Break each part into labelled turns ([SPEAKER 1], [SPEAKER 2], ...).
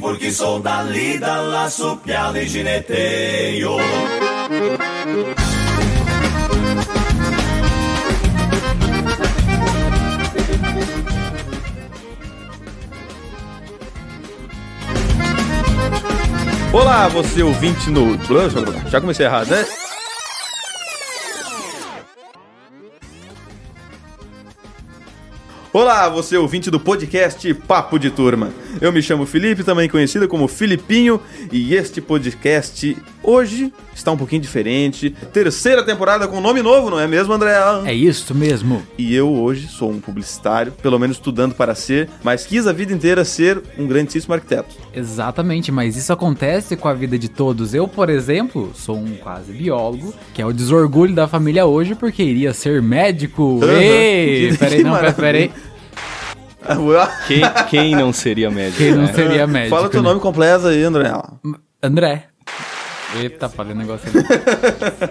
[SPEAKER 1] porque sou da lida, laço, piada e gineteio.
[SPEAKER 2] Olá, você ouvinte no. Já comecei errado, né? Olá, você ouvinte do podcast Papo de Turma. Eu me chamo Felipe, também conhecido como Filipinho, e este podcast hoje está um pouquinho diferente. Terceira temporada com nome novo, não é mesmo, André?
[SPEAKER 3] É isso mesmo.
[SPEAKER 2] E eu hoje sou um publicitário, pelo menos estudando para ser, mas quis a vida inteira ser um grandíssimo arquiteto.
[SPEAKER 3] Exatamente, mas isso acontece com a vida de todos. Eu, por exemplo, sou um quase biólogo, que é o desorgulho da família hoje porque iria ser médico.
[SPEAKER 2] Aham.
[SPEAKER 3] Ei,
[SPEAKER 2] Que
[SPEAKER 3] peraí, não, peraí.
[SPEAKER 2] maravilha. Ah, ué.
[SPEAKER 4] Quem, quem não seria médico?
[SPEAKER 3] Quem não
[SPEAKER 4] né?
[SPEAKER 3] seria médico?
[SPEAKER 2] Fala teu
[SPEAKER 3] né?
[SPEAKER 2] nome completo aí, André.
[SPEAKER 3] André. Eita, falei um negócio ali.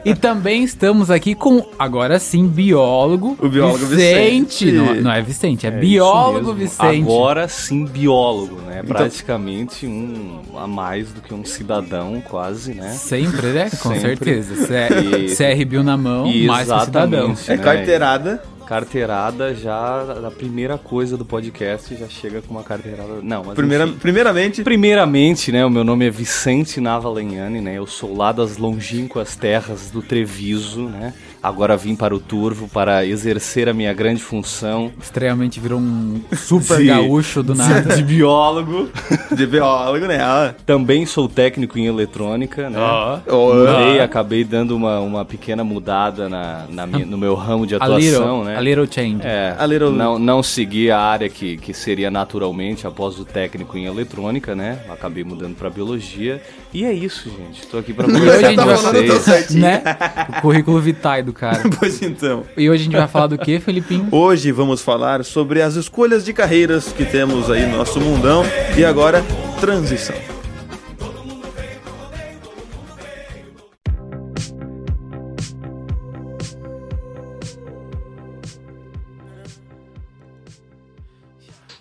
[SPEAKER 3] e também estamos aqui com, agora sim, biólogo.
[SPEAKER 2] O biólogo Vicente.
[SPEAKER 3] Não, não é Vicente, é,
[SPEAKER 4] É
[SPEAKER 3] biólogo
[SPEAKER 4] isso mesmo.
[SPEAKER 3] Vicente.
[SPEAKER 4] Agora sim, biólogo, né?
[SPEAKER 2] Então-
[SPEAKER 4] Praticamente um a mais do que um cidadão, quase, né?
[SPEAKER 3] Sempre, né? Com
[SPEAKER 4] Sempre.
[SPEAKER 3] certeza. é, C-
[SPEAKER 4] E-
[SPEAKER 3] CRBio na mão,
[SPEAKER 4] e
[SPEAKER 3] Um mais que cidadão.
[SPEAKER 4] exatamente.
[SPEAKER 2] É
[SPEAKER 4] Né?
[SPEAKER 2] carteirada.
[SPEAKER 4] Carteirada já, a primeira coisa do podcast já chega com uma carteirada. Não, mas.
[SPEAKER 2] Primeira,
[SPEAKER 4] enfim.
[SPEAKER 2] primeiramente,
[SPEAKER 4] Primeiramente, né, o meu nome é Vicente Navalagnani, né, eu sou lá das longínquas terras do Treviso, né, agora vim para o Turvo para exercer a minha grande função
[SPEAKER 3] Extremamente virou um super
[SPEAKER 2] Sim.
[SPEAKER 3] gaúcho do nada.
[SPEAKER 4] de biólogo,
[SPEAKER 2] de biólogo, né? Ah,
[SPEAKER 4] também sou técnico em eletrônica, né,
[SPEAKER 2] oh,
[SPEAKER 4] Mudei, acabei dando uma, uma pequena mudada na, na minha- no meu ramo de
[SPEAKER 3] A
[SPEAKER 4] atuação,
[SPEAKER 3] little,
[SPEAKER 4] né?
[SPEAKER 3] a little change.
[SPEAKER 4] É,
[SPEAKER 2] A little-
[SPEAKER 4] não, não segui a área que, que seria naturalmente após o técnico em eletrônica, né? Acabei mudando pra biologia. E é isso, gente. Tô aqui pra
[SPEAKER 3] E hoje a
[SPEAKER 4] conversar
[SPEAKER 3] gente
[SPEAKER 4] com
[SPEAKER 3] vai
[SPEAKER 2] Tá falando tão
[SPEAKER 4] vocês.
[SPEAKER 2] certinho.
[SPEAKER 3] né? O currículo vitae do cara.
[SPEAKER 2] Pois então.
[SPEAKER 3] E hoje a gente vai falar do que, Felipinho?
[SPEAKER 2] Hoje vamos falar sobre as escolhas de carreiras que temos aí no nosso mundão e agora transição.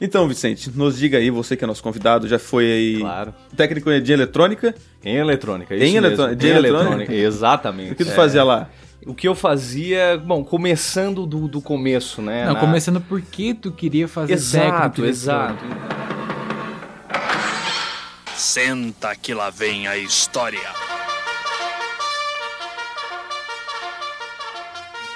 [SPEAKER 2] Então, Vicente, nos diga aí, você que é nosso convidado, já foi aí
[SPEAKER 4] Claro.
[SPEAKER 2] técnico de eletrônica,
[SPEAKER 4] Em eletrônica,
[SPEAKER 2] Em
[SPEAKER 4] isso mesmo.
[SPEAKER 2] eletrônica, de
[SPEAKER 4] Em
[SPEAKER 2] eletrônica.
[SPEAKER 4] Exatamente.
[SPEAKER 2] o que tu
[SPEAKER 4] é.
[SPEAKER 2] fazia lá?
[SPEAKER 4] O que eu fazia, bom, começando do, do começo, né?
[SPEAKER 3] Não,
[SPEAKER 4] na-
[SPEAKER 3] começando por que tu queria fazer técnico.
[SPEAKER 4] Exato,
[SPEAKER 3] de
[SPEAKER 4] exato.
[SPEAKER 5] Senta que lá vem a história.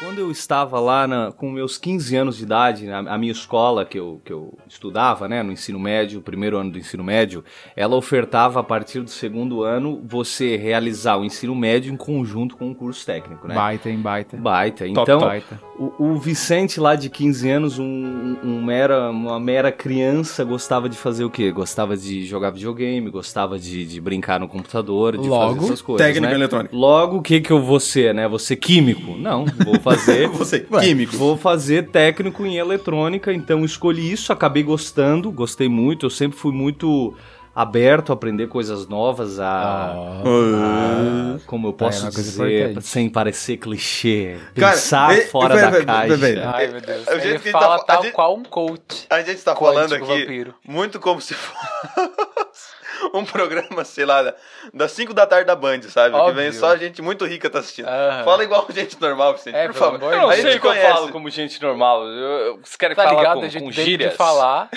[SPEAKER 4] Quando eu estava lá na- com meus 15 anos de idade, na- a, minha escola que eu, que eu estudava, né, no ensino médio, primeiro ano do ensino médio, ela ofertava a partir do segundo ano você realizar o ensino médio em conjunto com o curso técnico, né?
[SPEAKER 3] Baita, hein, baita.
[SPEAKER 4] Baita.
[SPEAKER 2] Top,
[SPEAKER 4] Então,
[SPEAKER 3] baita.
[SPEAKER 4] o, o Vicente lá de 15 anos, um, um- um mera, uma mera criança, gostava de fazer o quê? Gostava de jogar videogame, gostava de, de brincar no computador, de
[SPEAKER 3] Logo,
[SPEAKER 4] fazer essas coisas,
[SPEAKER 2] técnico
[SPEAKER 4] né?
[SPEAKER 2] em eletrônica.
[SPEAKER 4] Logo, o que que eu vou ser, né? Vou ser químico? Não, vou fazer...
[SPEAKER 2] Você,
[SPEAKER 4] Ué,
[SPEAKER 2] químico.
[SPEAKER 4] Vou fazer técnico em eletrônica, então escolhi isso, acabei gostando, gostei muito, eu sempre fui muito aberto a aprender coisas novas, a...
[SPEAKER 2] Ah.
[SPEAKER 4] a- como eu posso
[SPEAKER 3] é uma coisa
[SPEAKER 4] dizer,
[SPEAKER 3] importante.
[SPEAKER 4] sem parecer clichê,
[SPEAKER 2] Cara,
[SPEAKER 4] pensar
[SPEAKER 2] e-
[SPEAKER 4] fora
[SPEAKER 2] pera,
[SPEAKER 4] da
[SPEAKER 2] pera, pera,
[SPEAKER 4] caixa.
[SPEAKER 3] Ah.
[SPEAKER 2] pera.
[SPEAKER 6] Ai, meu Deus.
[SPEAKER 2] É o jeito
[SPEAKER 6] Ele
[SPEAKER 2] que ele
[SPEAKER 6] fala
[SPEAKER 2] tá fa- a
[SPEAKER 6] tal
[SPEAKER 2] gente-
[SPEAKER 6] qual um coach.
[SPEAKER 2] A gente tá
[SPEAKER 6] Quântico
[SPEAKER 2] falando aqui
[SPEAKER 6] vampiro.
[SPEAKER 2] muito como se fosse um programa, sei lá, da- das 5 da tarde da Band, sabe?
[SPEAKER 6] Óbvio.
[SPEAKER 2] Que vem só gente muito rica tá assistindo.
[SPEAKER 6] Aham.
[SPEAKER 3] Ah.
[SPEAKER 2] Fala igual gente normal, assim. Vicente,
[SPEAKER 6] É,
[SPEAKER 2] por
[SPEAKER 6] pelo
[SPEAKER 2] favor.
[SPEAKER 6] amor de
[SPEAKER 2] a
[SPEAKER 6] Deus.
[SPEAKER 2] gente
[SPEAKER 6] Sei
[SPEAKER 4] que eu
[SPEAKER 2] conhece.
[SPEAKER 4] falo como gente normal. Eu, eu, querem
[SPEAKER 6] Tá
[SPEAKER 4] falar
[SPEAKER 6] ligado?
[SPEAKER 4] com,
[SPEAKER 6] o jeito
[SPEAKER 4] com
[SPEAKER 6] dele
[SPEAKER 4] gírias?
[SPEAKER 6] de falar.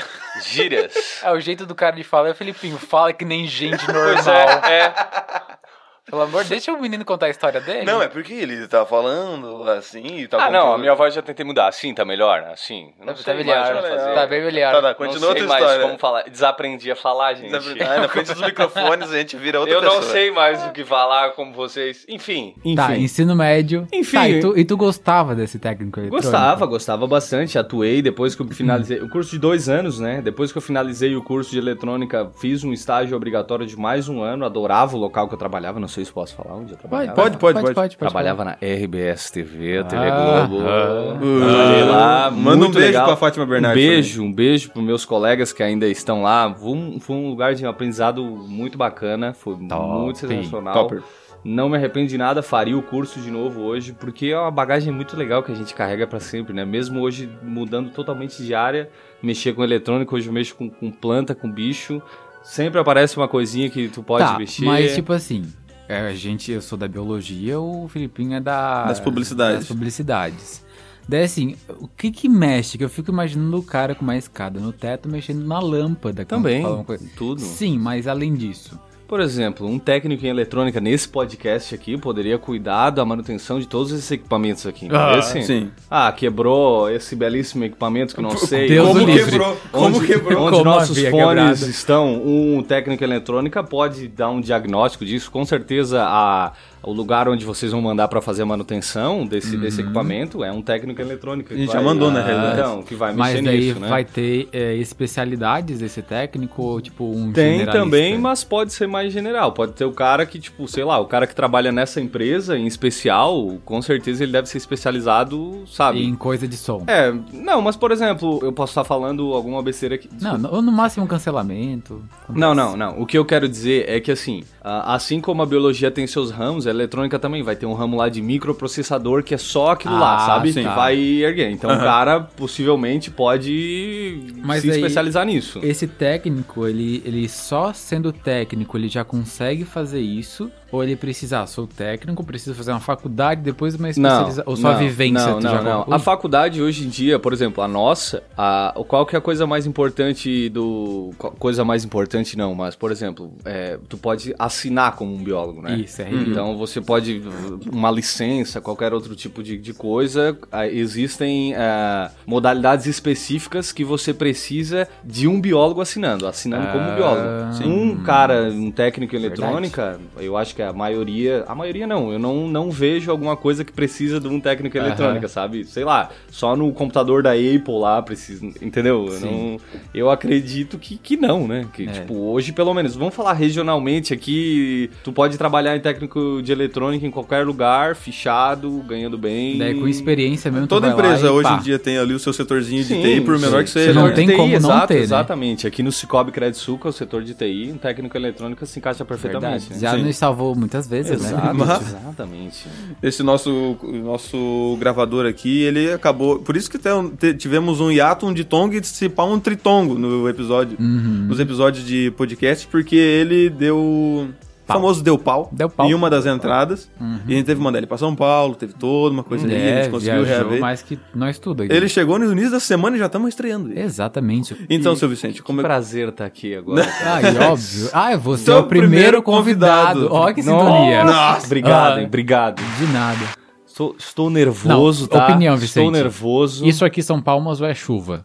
[SPEAKER 4] Gírias.
[SPEAKER 6] É, o jeito do cara de falar é o Felipinho. Fala que nem gente normal.
[SPEAKER 4] é, é.
[SPEAKER 6] Pelo amor, deixa o menino contar a história dele.
[SPEAKER 2] Não, é porque ele tá falando assim e tá
[SPEAKER 4] Ah,
[SPEAKER 2] contando-
[SPEAKER 4] não, a minha voz já tentei mudar. Assim tá melhor? Assim? Não
[SPEAKER 6] Tá,
[SPEAKER 4] sei
[SPEAKER 6] tá
[SPEAKER 4] mais
[SPEAKER 6] melhor.
[SPEAKER 4] como fazer.
[SPEAKER 6] Tá bem melhor.
[SPEAKER 2] Tá, tá, continua
[SPEAKER 4] não sei
[SPEAKER 2] outra
[SPEAKER 4] mais
[SPEAKER 2] história.
[SPEAKER 4] como falar. Desaprendi a falar, gente.
[SPEAKER 2] Ah, na frente dos microfones a gente vira outra
[SPEAKER 4] Eu
[SPEAKER 2] pessoa.
[SPEAKER 4] não sei mais o que falar como vocês. Enfim.
[SPEAKER 3] Tá, ensino médio.
[SPEAKER 4] Enfim.
[SPEAKER 3] Tá, e tu, e tu gostava desse técnico eletrônico?
[SPEAKER 4] Gostava, gostava bastante. Atuei depois que eu finalizei o curso de dois anos, né? Depois que eu finalizei o curso de eletrônica, fiz um estágio obrigatório de mais um ano. Adorava o local que eu trabalhava. Não sei se posso falar onde eu trabalhava.
[SPEAKER 2] Pode, pode, pode.
[SPEAKER 4] Trabalhava na RBS TV, Tele
[SPEAKER 3] Ah.
[SPEAKER 4] Globo.
[SPEAKER 3] Ah.
[SPEAKER 4] Trabalhei lá,
[SPEAKER 2] Manda
[SPEAKER 4] muito
[SPEAKER 2] um beijo
[SPEAKER 4] legal.
[SPEAKER 2] pra Fátima Bernardes.
[SPEAKER 4] Um beijo, um beijo pros meus colegas que ainda estão lá. Foi um, foi um lugar de aprendizado muito bacana, foi muito sensacional.
[SPEAKER 2] Topper.
[SPEAKER 4] Não me arrependo de nada, faria o curso de novo hoje, porque é uma bagagem muito legal que a gente carrega pra sempre, né? Mesmo hoje mudando totalmente de área, mexer com eletrônico, hoje eu mexo com, com planta, com bicho. Sempre aparece uma coisinha que tu pode
[SPEAKER 3] tá,
[SPEAKER 4] vestir.
[SPEAKER 3] mas tipo assim, é, a gente, eu sou da biologia, o Filipinho é da...
[SPEAKER 2] Das publicidades.
[SPEAKER 3] Das publicidades. Daí assim, o que que mexe? Que eu fico imaginando o cara com uma escada no teto mexendo na lâmpada. quando
[SPEAKER 4] Também,
[SPEAKER 3] fala uma coisa.
[SPEAKER 4] tudo.
[SPEAKER 3] Sim, mas além disso...
[SPEAKER 4] Por exemplo, um técnico em eletrônica nesse podcast aqui poderia cuidar da manutenção de todos esses equipamentos aqui.
[SPEAKER 3] Ah,
[SPEAKER 4] entendeu? Assim,
[SPEAKER 2] sim.
[SPEAKER 4] Ah, quebrou esse belíssimo equipamento que não sei.
[SPEAKER 3] Deus
[SPEAKER 2] como
[SPEAKER 3] o livre.
[SPEAKER 2] quebrou? Como
[SPEAKER 4] onde,
[SPEAKER 2] quebrou?
[SPEAKER 4] Onde
[SPEAKER 3] Como
[SPEAKER 4] nossos
[SPEAKER 3] havia
[SPEAKER 4] fones
[SPEAKER 3] quebrado.
[SPEAKER 4] estão, um técnico em eletrônica pode dar um diagnóstico disso. Com certeza, a, o lugar onde vocês vão mandar para fazer a manutenção desse, desse equipamento é um técnico em eletrônica.
[SPEAKER 2] Uhum. A
[SPEAKER 4] que
[SPEAKER 2] gente já
[SPEAKER 4] vai-
[SPEAKER 2] mandou, né, na realidade.
[SPEAKER 4] Então, que vai mexer
[SPEAKER 3] Mas daí
[SPEAKER 4] nisso, né?
[SPEAKER 3] vai ter é, especialidades desse técnico, ou tipo um
[SPEAKER 4] Tem
[SPEAKER 3] generalista?
[SPEAKER 4] também, mas pode ser mais general. Pode ter o cara que, tipo, sei lá, o cara que trabalha nessa empresa em especial, com certeza ele deve ser especializado, sabe?
[SPEAKER 3] Em coisa de som.
[SPEAKER 4] É, não, mas por exemplo, eu posso estar falando alguma besteira aqui.
[SPEAKER 3] Não, no- ou no máximo um cancelamento.
[SPEAKER 4] Não, não, não. O que eu quero dizer é que, assim, a- assim como a biologia tem seus ramos, a eletrônica também vai ter um ramo lá de microprocessador que é só aquilo lá,
[SPEAKER 3] Ah,
[SPEAKER 4] sabe?
[SPEAKER 3] sim.
[SPEAKER 4] Que vai erguer. Então o cara possivelmente pode
[SPEAKER 3] Mas
[SPEAKER 4] se
[SPEAKER 3] aí-
[SPEAKER 4] especializar nisso.
[SPEAKER 3] Esse técnico, ele, ele só sendo técnico, ele já consegue fazer isso? Ou ele precisa, ah, sou técnico, preciso fazer uma faculdade, depois uma especialização? Ou só a vivência?
[SPEAKER 4] Não,
[SPEAKER 3] tu
[SPEAKER 4] não,
[SPEAKER 3] já
[SPEAKER 4] não.
[SPEAKER 3] conclui?
[SPEAKER 4] A faculdade hoje em dia, por exemplo, a nossa, a, qual que é a coisa mais importante do... co- Coisa mais importante não, mas, por exemplo, é, tu pode assinar como um biólogo, né?
[SPEAKER 3] Isso, é
[SPEAKER 4] Então você pode... Uma licença, qualquer outro tipo de, de coisa. ah, Existem ah, modalidades específicas que você precisa de um biólogo assinando. Assinando como
[SPEAKER 3] Ah,
[SPEAKER 4] biólogo.
[SPEAKER 3] sim. Hum.
[SPEAKER 4] Um cara, um técnico em
[SPEAKER 3] Verdade.
[SPEAKER 4] eletrônica cara, eu acho que a maioria. A maioria não. Eu não, não vejo alguma coisa que precisa de um técnico em
[SPEAKER 3] Aham.
[SPEAKER 4] eletrônica, sabe? Sei lá, só no computador da Apple lá precisa. Entendeu? Eu,
[SPEAKER 3] Sim.
[SPEAKER 4] não, eu acredito que, que não, né? Que,
[SPEAKER 3] É.
[SPEAKER 4] tipo, hoje, pelo menos, vamos falar regionalmente aqui. Tu pode trabalhar em técnico de eletrônica em qualquer lugar, fichado, ganhando bem.
[SPEAKER 3] Daí com experiência mesmo, tu
[SPEAKER 2] Toda
[SPEAKER 3] vai lá
[SPEAKER 2] empresa
[SPEAKER 3] e
[SPEAKER 2] hoje
[SPEAKER 3] pá.
[SPEAKER 2] em dia tem ali o seu setorzinho
[SPEAKER 4] Sim,
[SPEAKER 2] de TI, por menor
[SPEAKER 4] sim.
[SPEAKER 2] que seja.
[SPEAKER 3] não
[SPEAKER 2] né?
[SPEAKER 4] Setor de
[SPEAKER 3] tem
[SPEAKER 4] TI,
[SPEAKER 3] como não
[SPEAKER 4] exato,
[SPEAKER 3] ter, né?
[SPEAKER 4] Exatamente. Aqui no Cicobi Credsul, que é o setor de TI, um técnico em eletrônica se encaixa perfeitamente.
[SPEAKER 3] Verdade.
[SPEAKER 4] né?
[SPEAKER 3] Já
[SPEAKER 2] Sim.
[SPEAKER 3] nos salvou muitas vezes, né?
[SPEAKER 4] Exato,
[SPEAKER 2] Mas-
[SPEAKER 4] exatamente.
[SPEAKER 2] Esse nosso, nosso gravador aqui, ele acabou. Por isso que tem- te- tivemos um hiato, um ditongo e se pá um tritongo no episódio.
[SPEAKER 3] Uhum.
[SPEAKER 2] Nos episódios de podcast, porque ele deu. O famoso deu pau,
[SPEAKER 3] Deu pau. Uhum.
[SPEAKER 2] em uma das entradas. E a gente teve que mandar ele pra São Paulo, teve toda uma coisa ali, a gente conseguiu
[SPEAKER 3] É, viajou
[SPEAKER 2] reaver.
[SPEAKER 3] mais que É, nós tudo. aqui.
[SPEAKER 2] Ele chegou no início da semana e já estamos estreando ele.
[SPEAKER 3] Exatamente.
[SPEAKER 2] Então, seu Vicente, como
[SPEAKER 4] Que
[SPEAKER 2] eu-
[SPEAKER 4] prazer estar aqui agora.
[SPEAKER 3] Ah, e óbvio. Ah, você
[SPEAKER 2] Seu
[SPEAKER 3] é o primeiro,
[SPEAKER 2] primeiro
[SPEAKER 3] convidado.
[SPEAKER 2] convidado.
[SPEAKER 3] Ó, que sintonia.
[SPEAKER 4] Então, Nossa, obrigado,
[SPEAKER 3] Ah.
[SPEAKER 4] hein, obrigado.
[SPEAKER 3] De nada.
[SPEAKER 4] Estou, estou nervoso,
[SPEAKER 3] Não,
[SPEAKER 4] tá?
[SPEAKER 3] opinião,
[SPEAKER 4] Estou
[SPEAKER 3] Vicente.
[SPEAKER 4] nervoso.
[SPEAKER 3] Isso aqui são palmas ou é chuva?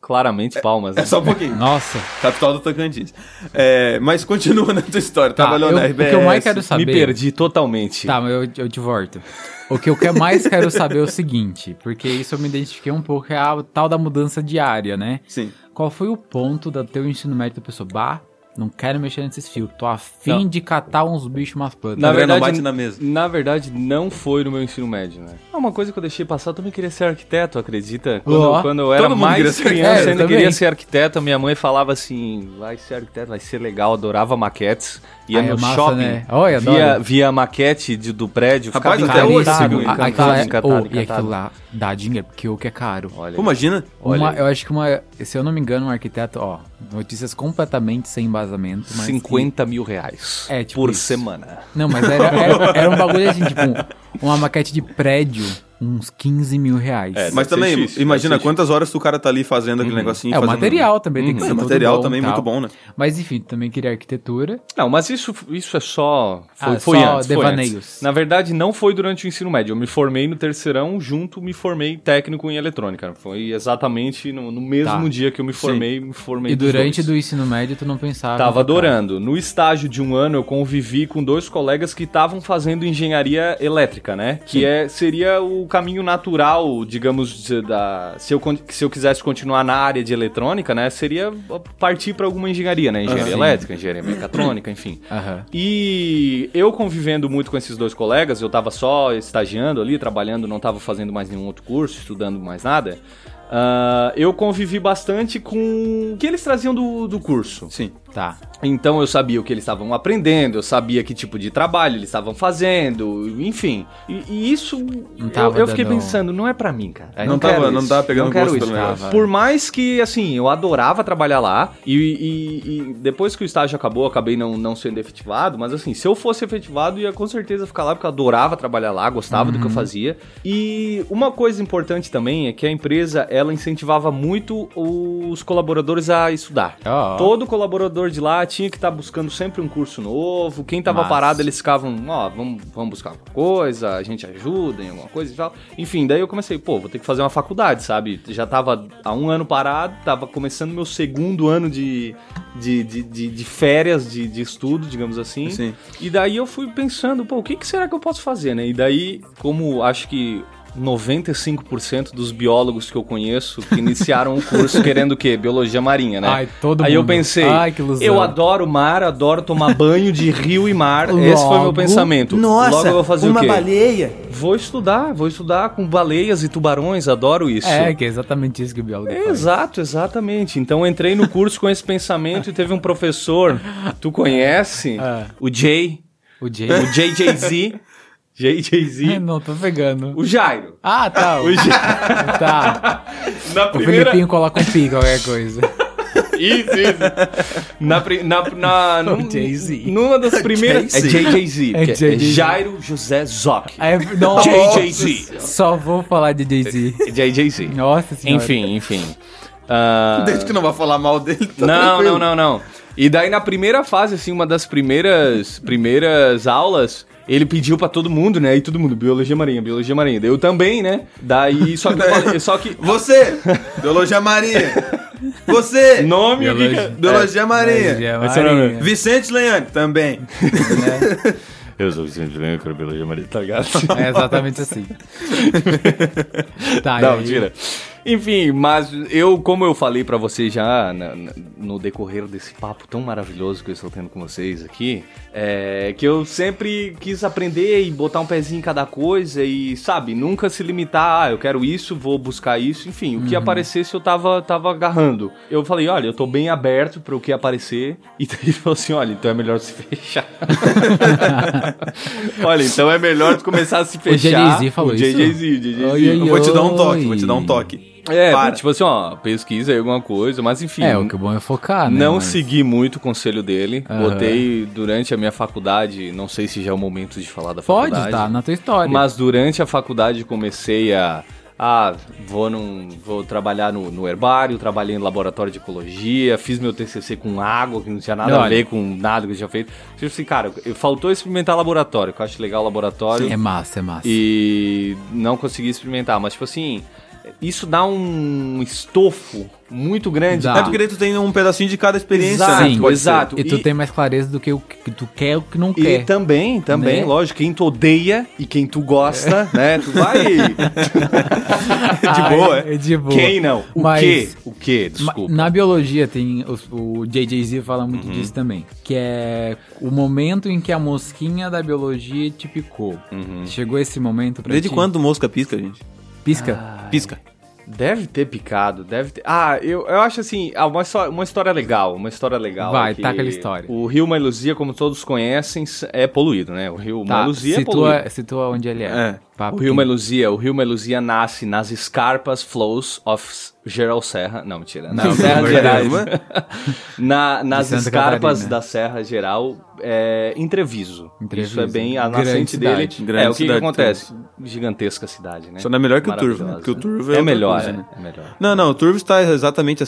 [SPEAKER 4] Claramente palmas, né?
[SPEAKER 2] É só um pouquinho.
[SPEAKER 3] Nossa.
[SPEAKER 2] Capital do Tocantins. É, mas continua na tua história.
[SPEAKER 3] Tá,
[SPEAKER 2] Trabalhou
[SPEAKER 3] eu-
[SPEAKER 2] na
[SPEAKER 3] o que eu
[SPEAKER 2] RBS.
[SPEAKER 3] mais quero saber-
[SPEAKER 4] Me perdi totalmente.
[SPEAKER 3] Tá, mas eu, eu te volto. O que eu que- mais quero saber é o seguinte, porque isso eu me identifiquei um pouco, é a tal da mudança diária, né?
[SPEAKER 2] Sim.
[SPEAKER 3] Qual foi o ponto do teu ensino médio da pessoa? Bah, não quero mexer nesses fios, tô afim
[SPEAKER 4] Não.
[SPEAKER 3] de catar uns bichos, umas plantas.
[SPEAKER 4] Na
[SPEAKER 2] André não
[SPEAKER 4] verdade,
[SPEAKER 2] Tá bate na mesa.
[SPEAKER 4] Na verdade, não foi no meu ensino médio, né? É uma coisa que eu deixei passar, eu também queria ser arquiteto, acredita? Quando,
[SPEAKER 3] Ó.
[SPEAKER 4] eu- quando eu era
[SPEAKER 2] Todo mundo queria
[SPEAKER 4] mais
[SPEAKER 2] ser
[SPEAKER 4] criança,
[SPEAKER 3] arquiteto. É, eu
[SPEAKER 4] ainda
[SPEAKER 3] também.
[SPEAKER 4] queria ser arquiteto, a minha mãe falava assim, vai ser arquiteto, vai ser legal, adorava maquetes, ia
[SPEAKER 3] Ah, é
[SPEAKER 4] no
[SPEAKER 3] massa,
[SPEAKER 4] shopping,
[SPEAKER 3] né? Ó, eu
[SPEAKER 4] via,
[SPEAKER 3] adoro.
[SPEAKER 4] via a maquete de- do prédio,
[SPEAKER 2] Rapaz,
[SPEAKER 4] ficava
[SPEAKER 2] até hoje
[SPEAKER 4] encantado,
[SPEAKER 2] sigo isso.
[SPEAKER 4] encantado,
[SPEAKER 3] Aquela,
[SPEAKER 4] encantado,
[SPEAKER 3] oh, e
[SPEAKER 4] encantado.
[SPEAKER 3] aquilo lá dá dinheiro, porque o que é caro.
[SPEAKER 4] Olha
[SPEAKER 2] Pô, imagina.
[SPEAKER 4] Olha
[SPEAKER 3] Uma-
[SPEAKER 4] aí.
[SPEAKER 3] eu acho que uma, se eu não me engano, um arquiteto, ó, notícias completamente sem embasamento, mas que-
[SPEAKER 4] 50 mil reais
[SPEAKER 3] É, tipo
[SPEAKER 4] por
[SPEAKER 3] isso.
[SPEAKER 4] semana.
[SPEAKER 3] Não, mas era, era, era um bagulho assim, tipo, uma maquete de prédio, uns 15 mil reais.
[SPEAKER 4] É,
[SPEAKER 2] Mas
[SPEAKER 4] Deve ser
[SPEAKER 2] também,
[SPEAKER 4] difícil,
[SPEAKER 2] imagina
[SPEAKER 4] deve ser
[SPEAKER 2] quantas horas o cara tá ali fazendo aquele negocinho.
[SPEAKER 3] É, o
[SPEAKER 2] fazendo-
[SPEAKER 3] material também tem que
[SPEAKER 2] Não,
[SPEAKER 3] ser
[SPEAKER 2] o
[SPEAKER 3] tudo
[SPEAKER 2] material
[SPEAKER 3] bom,
[SPEAKER 2] também é
[SPEAKER 3] tal.
[SPEAKER 2] muito bom, né?
[SPEAKER 3] Mas enfim, também queria arquitetura.
[SPEAKER 4] Não, mas isso, isso é só. Foi,
[SPEAKER 3] Ah,
[SPEAKER 4] foi
[SPEAKER 3] só
[SPEAKER 4] antes. foi
[SPEAKER 3] devaneios.
[SPEAKER 4] antes. Na verdade, não foi durante o ensino médio. Eu me formei no terceirão, junto me formei técnico em eletrônica. Foi exatamente no, no mesmo
[SPEAKER 3] Tá.
[SPEAKER 4] dia que eu me formei, me formei
[SPEAKER 3] E
[SPEAKER 4] dos
[SPEAKER 3] durante
[SPEAKER 4] dois.
[SPEAKER 3] do ensino médio tu não pensava.
[SPEAKER 4] Tava
[SPEAKER 3] né, cara.
[SPEAKER 4] adorando. No estágio de um ano, eu convivi com dois colegas que estavam fazendo engenharia elétrica, né? Que é, seria o caminho natural, digamos, de- da, se, eu, con- se eu quisesse continuar na área de eletrônica, né? Seria partir para alguma engenharia, né? Engenharia
[SPEAKER 3] Aham.
[SPEAKER 4] elétrica, engenharia mecatrônica, enfim.
[SPEAKER 3] Ah, Aham.
[SPEAKER 4] E eu convivendo muito com esses dois colegas, eu tava só estagiando ali, trabalhando, não tava fazendo mais nenhum outro curso, estudando mais nada. Ah, eu convivi bastante com o que eles traziam do, do curso.
[SPEAKER 2] Sim.
[SPEAKER 3] Tá.
[SPEAKER 4] Então eu sabia o que eles estavam aprendendo, eu sabia que tipo de trabalho eles estavam fazendo, enfim. E, e isso eu- eu,
[SPEAKER 3] tava
[SPEAKER 4] fiquei
[SPEAKER 3] dando-
[SPEAKER 4] pensando, não é pra mim, cara. Eu
[SPEAKER 2] Não
[SPEAKER 4] quero
[SPEAKER 2] tava- não
[SPEAKER 4] isso.
[SPEAKER 2] tava pegando
[SPEAKER 4] não quero
[SPEAKER 2] gosto
[SPEAKER 4] isso.
[SPEAKER 2] pelo negócio.
[SPEAKER 4] Tava. Por mais que assim, eu adorava trabalhar lá e, e- e depois que o estágio acabou, eu acabei não, não sendo efetivado, mas assim, se eu fosse efetivado, eu ia com certeza ficar lá porque eu adorava trabalhar lá, gostava do que eu fazia. E uma coisa importante também é que a empresa, ela incentivava muito os colaboradores a estudar.
[SPEAKER 3] Ó.
[SPEAKER 4] Todo colaborador de lá tinha que estar buscando sempre um curso novo. Quem tava
[SPEAKER 3] Massa.
[SPEAKER 4] parado, eles ficavam, ó, vamos, vamos buscar alguma coisa, a gente ajuda em alguma coisa e tal. Enfim, daí eu comecei, pô, vou ter que fazer uma faculdade, sabe? Já tava há um ano parado, tava começando meu segundo ano de, de, de, de- de férias, de, de estudo, digamos assim.
[SPEAKER 2] Sim.
[SPEAKER 4] E daí eu fui pensando, pô, o que, que será que eu posso fazer, né? E daí, como acho que 95% dos biólogos que eu conheço que iniciaram o curso querendo o quê? Biologia marinha, né?
[SPEAKER 3] Ai, todo
[SPEAKER 4] Aí eu
[SPEAKER 3] mundo.
[SPEAKER 4] pensei,
[SPEAKER 3] Ai, que ilusão.
[SPEAKER 4] eu adoro mar, adoro tomar banho de rio e mar. Esse foi meu
[SPEAKER 3] Logo-
[SPEAKER 4] pensamento. Logo eu vou fazer o quê?
[SPEAKER 1] baleia.
[SPEAKER 4] Vou estudar, vou estudar com baleias e tubarões, adoro isso. É
[SPEAKER 3] É, que é exatamente isso que o biólogo faz.
[SPEAKER 4] Exato, exatamente. Então eu entrei no curso com esse pensamento e teve um professor, tu conhece?
[SPEAKER 3] É.
[SPEAKER 4] O Jay,
[SPEAKER 3] O Jay.
[SPEAKER 4] o JJZ,
[SPEAKER 3] Ai,
[SPEAKER 4] JJZ,
[SPEAKER 3] não, tô pegando.
[SPEAKER 4] o Jairo.
[SPEAKER 3] Ah, tá.
[SPEAKER 4] O Jairo.
[SPEAKER 3] Tá.
[SPEAKER 4] Na
[SPEAKER 3] O
[SPEAKER 4] primeira,
[SPEAKER 3] Felipinho coloca um pi, qualquer coisa.
[SPEAKER 4] Isso, isso. Na, pri- na, na,
[SPEAKER 3] O
[SPEAKER 4] num-
[SPEAKER 3] Jay-Z.
[SPEAKER 4] Numa das primeiras. É JJZ.
[SPEAKER 3] É
[SPEAKER 4] que É, é
[SPEAKER 3] JJZ.
[SPEAKER 4] Jairo José Zoc.
[SPEAKER 3] Aí, não,
[SPEAKER 4] JJZ.
[SPEAKER 3] Só vou falar de Jay-Z.
[SPEAKER 4] É JJZ.
[SPEAKER 3] Nossa senhora.
[SPEAKER 4] Enfim, enfim. Ah,
[SPEAKER 2] Desde que não vá falar mal dele, tá
[SPEAKER 4] não,
[SPEAKER 2] tranquilo.
[SPEAKER 4] não, não, não. E daí na primeira fase, assim, uma das primeiras primeiras aulas, ele pediu pra todo mundo, né? E todo mundo, biologia marinha, biologia marinha. Daí Eu também, né? Daí, só que, eu falei- só que
[SPEAKER 2] Você, Biologia Marinha. Você,
[SPEAKER 4] nome...
[SPEAKER 3] Biologia.
[SPEAKER 2] Biologia Marinha.
[SPEAKER 3] Maria.
[SPEAKER 4] Esse é o nome.
[SPEAKER 3] Maria.
[SPEAKER 2] Vicente Leandro, também.
[SPEAKER 4] Eu sou Vicente Leão, eu quero biologia marinha, tá ligado?
[SPEAKER 3] É exatamente assim. tá, e
[SPEAKER 4] Não,
[SPEAKER 3] aí?
[SPEAKER 4] tira. Enfim, mas eu, como eu falei pra vocês já na- na- no decorrer desse papo tão maravilhoso que eu estou tendo com vocês aqui, é que eu sempre quis aprender e botar um pezinho em cada coisa e, sabe, nunca se limitar, ah, eu quero isso, vou buscar isso, enfim, o que
[SPEAKER 3] Uhum.
[SPEAKER 4] aparecesse eu tava, tava agarrando. Eu falei, olha, eu tô bem aberto para o que aparecer, e daí ele falou assim, olha, então é melhor se fechar. olha, então é melhor tu começar a se fechar.
[SPEAKER 3] JJZ falou
[SPEAKER 4] o
[SPEAKER 3] isso?
[SPEAKER 4] JJZ, o JJZ.
[SPEAKER 3] Oi, oi,
[SPEAKER 2] Eu vou te dar um toque,
[SPEAKER 3] Oi.
[SPEAKER 2] vou te dar um toque.
[SPEAKER 4] É,
[SPEAKER 2] Para.
[SPEAKER 4] tipo assim, ó, pesquisa aí alguma coisa, mas enfim.
[SPEAKER 3] É, o que é bom é focar, né?
[SPEAKER 4] Não
[SPEAKER 3] mas-
[SPEAKER 4] segui muito o conselho dele.
[SPEAKER 3] Aham.
[SPEAKER 4] Botei durante a minha faculdade, não sei se já é o momento de falar da
[SPEAKER 3] Pode,
[SPEAKER 4] faculdade.
[SPEAKER 3] tá na tua história.
[SPEAKER 4] Mas durante a faculdade comecei a. Ah, vou, num, vou trabalhar no, no herbário, trabalhei em laboratório de ecologia, fiz meu TCC com água, que não tinha nada a
[SPEAKER 3] Olha.
[SPEAKER 4] ver com nada que eu tinha feito. Tipo assim, cara, eu- faltou experimentar laboratório, que eu acho legal o laboratório.
[SPEAKER 3] É massa, é massa.
[SPEAKER 4] E não consegui experimentar, mas tipo assim, isso dá um estofo muito grande.
[SPEAKER 3] Dá. Ah.
[SPEAKER 2] É porque daí tu tem um pedacinho de cada experiência,
[SPEAKER 4] Exato,
[SPEAKER 2] né?
[SPEAKER 3] Sim,
[SPEAKER 2] Pode ser.
[SPEAKER 4] exato.
[SPEAKER 3] E tu
[SPEAKER 4] E-
[SPEAKER 3] tem mais clareza do que o que tu quer e o que não
[SPEAKER 4] E
[SPEAKER 2] tá
[SPEAKER 3] quer.
[SPEAKER 4] também, também,
[SPEAKER 3] Né?
[SPEAKER 4] lógico, quem tu odeia e quem tu gosta, né? Tu vai.
[SPEAKER 3] Ah,
[SPEAKER 4] de boa.
[SPEAKER 3] é de boa.
[SPEAKER 4] Quem não? O
[SPEAKER 3] Mas-
[SPEAKER 4] quê? O quê?
[SPEAKER 3] Ma-
[SPEAKER 4] Desculpa. Uhum.
[SPEAKER 3] Na biologia tem os- o JJZ fala muito disso também, que é o momento em que a mosquinha da biologia te picou.
[SPEAKER 4] Uhum.
[SPEAKER 3] Chegou esse momento pra
[SPEAKER 2] Desde
[SPEAKER 3] ti?
[SPEAKER 2] quando mosca pisca, gente?
[SPEAKER 3] Pisca.
[SPEAKER 4] Ah.
[SPEAKER 2] Pisca.
[SPEAKER 4] Deve ter picado, deve ter. Ah, eu, eu acho assim, ah, uma, histó- uma história legal, uma história legal.
[SPEAKER 3] Vai,
[SPEAKER 4] é que
[SPEAKER 3] taca aquela história.
[SPEAKER 4] O rio Mailuzia, como todos conhecem, é poluído, né? O rio
[SPEAKER 3] Tá,
[SPEAKER 4] Mailuzia é poluído.
[SPEAKER 3] situa, situa onde ele é.
[SPEAKER 2] É.
[SPEAKER 3] Papo.
[SPEAKER 4] O Rio Melusia, o Rio Melusia nasce nas escarpas flows of Geral Serra. Não, mentira. Na
[SPEAKER 2] Não,
[SPEAKER 4] Serra
[SPEAKER 2] não é
[SPEAKER 4] Gerais.
[SPEAKER 2] verdade.
[SPEAKER 4] Na- nas
[SPEAKER 3] De Santa
[SPEAKER 4] escarpas
[SPEAKER 3] Catarina.
[SPEAKER 4] da Serra Geral, é, Entreviso.
[SPEAKER 3] Entreviso.
[SPEAKER 4] Isso é bem a
[SPEAKER 3] Grande
[SPEAKER 4] nascente
[SPEAKER 3] cidade.
[SPEAKER 4] dele.
[SPEAKER 2] Grande
[SPEAKER 4] é, o que, que
[SPEAKER 2] cidade,
[SPEAKER 4] acontece? Gigantesca cidade, né?
[SPEAKER 2] Só não é melhor que o Turvo, né?
[SPEAKER 4] Maravilhosa.
[SPEAKER 2] Porque o Turvo é
[SPEAKER 4] é,
[SPEAKER 2] outra
[SPEAKER 4] melhor,
[SPEAKER 2] coisa,
[SPEAKER 4] é,
[SPEAKER 2] né?
[SPEAKER 4] é melhor.
[SPEAKER 2] Não, não, o Turvo está exatamente a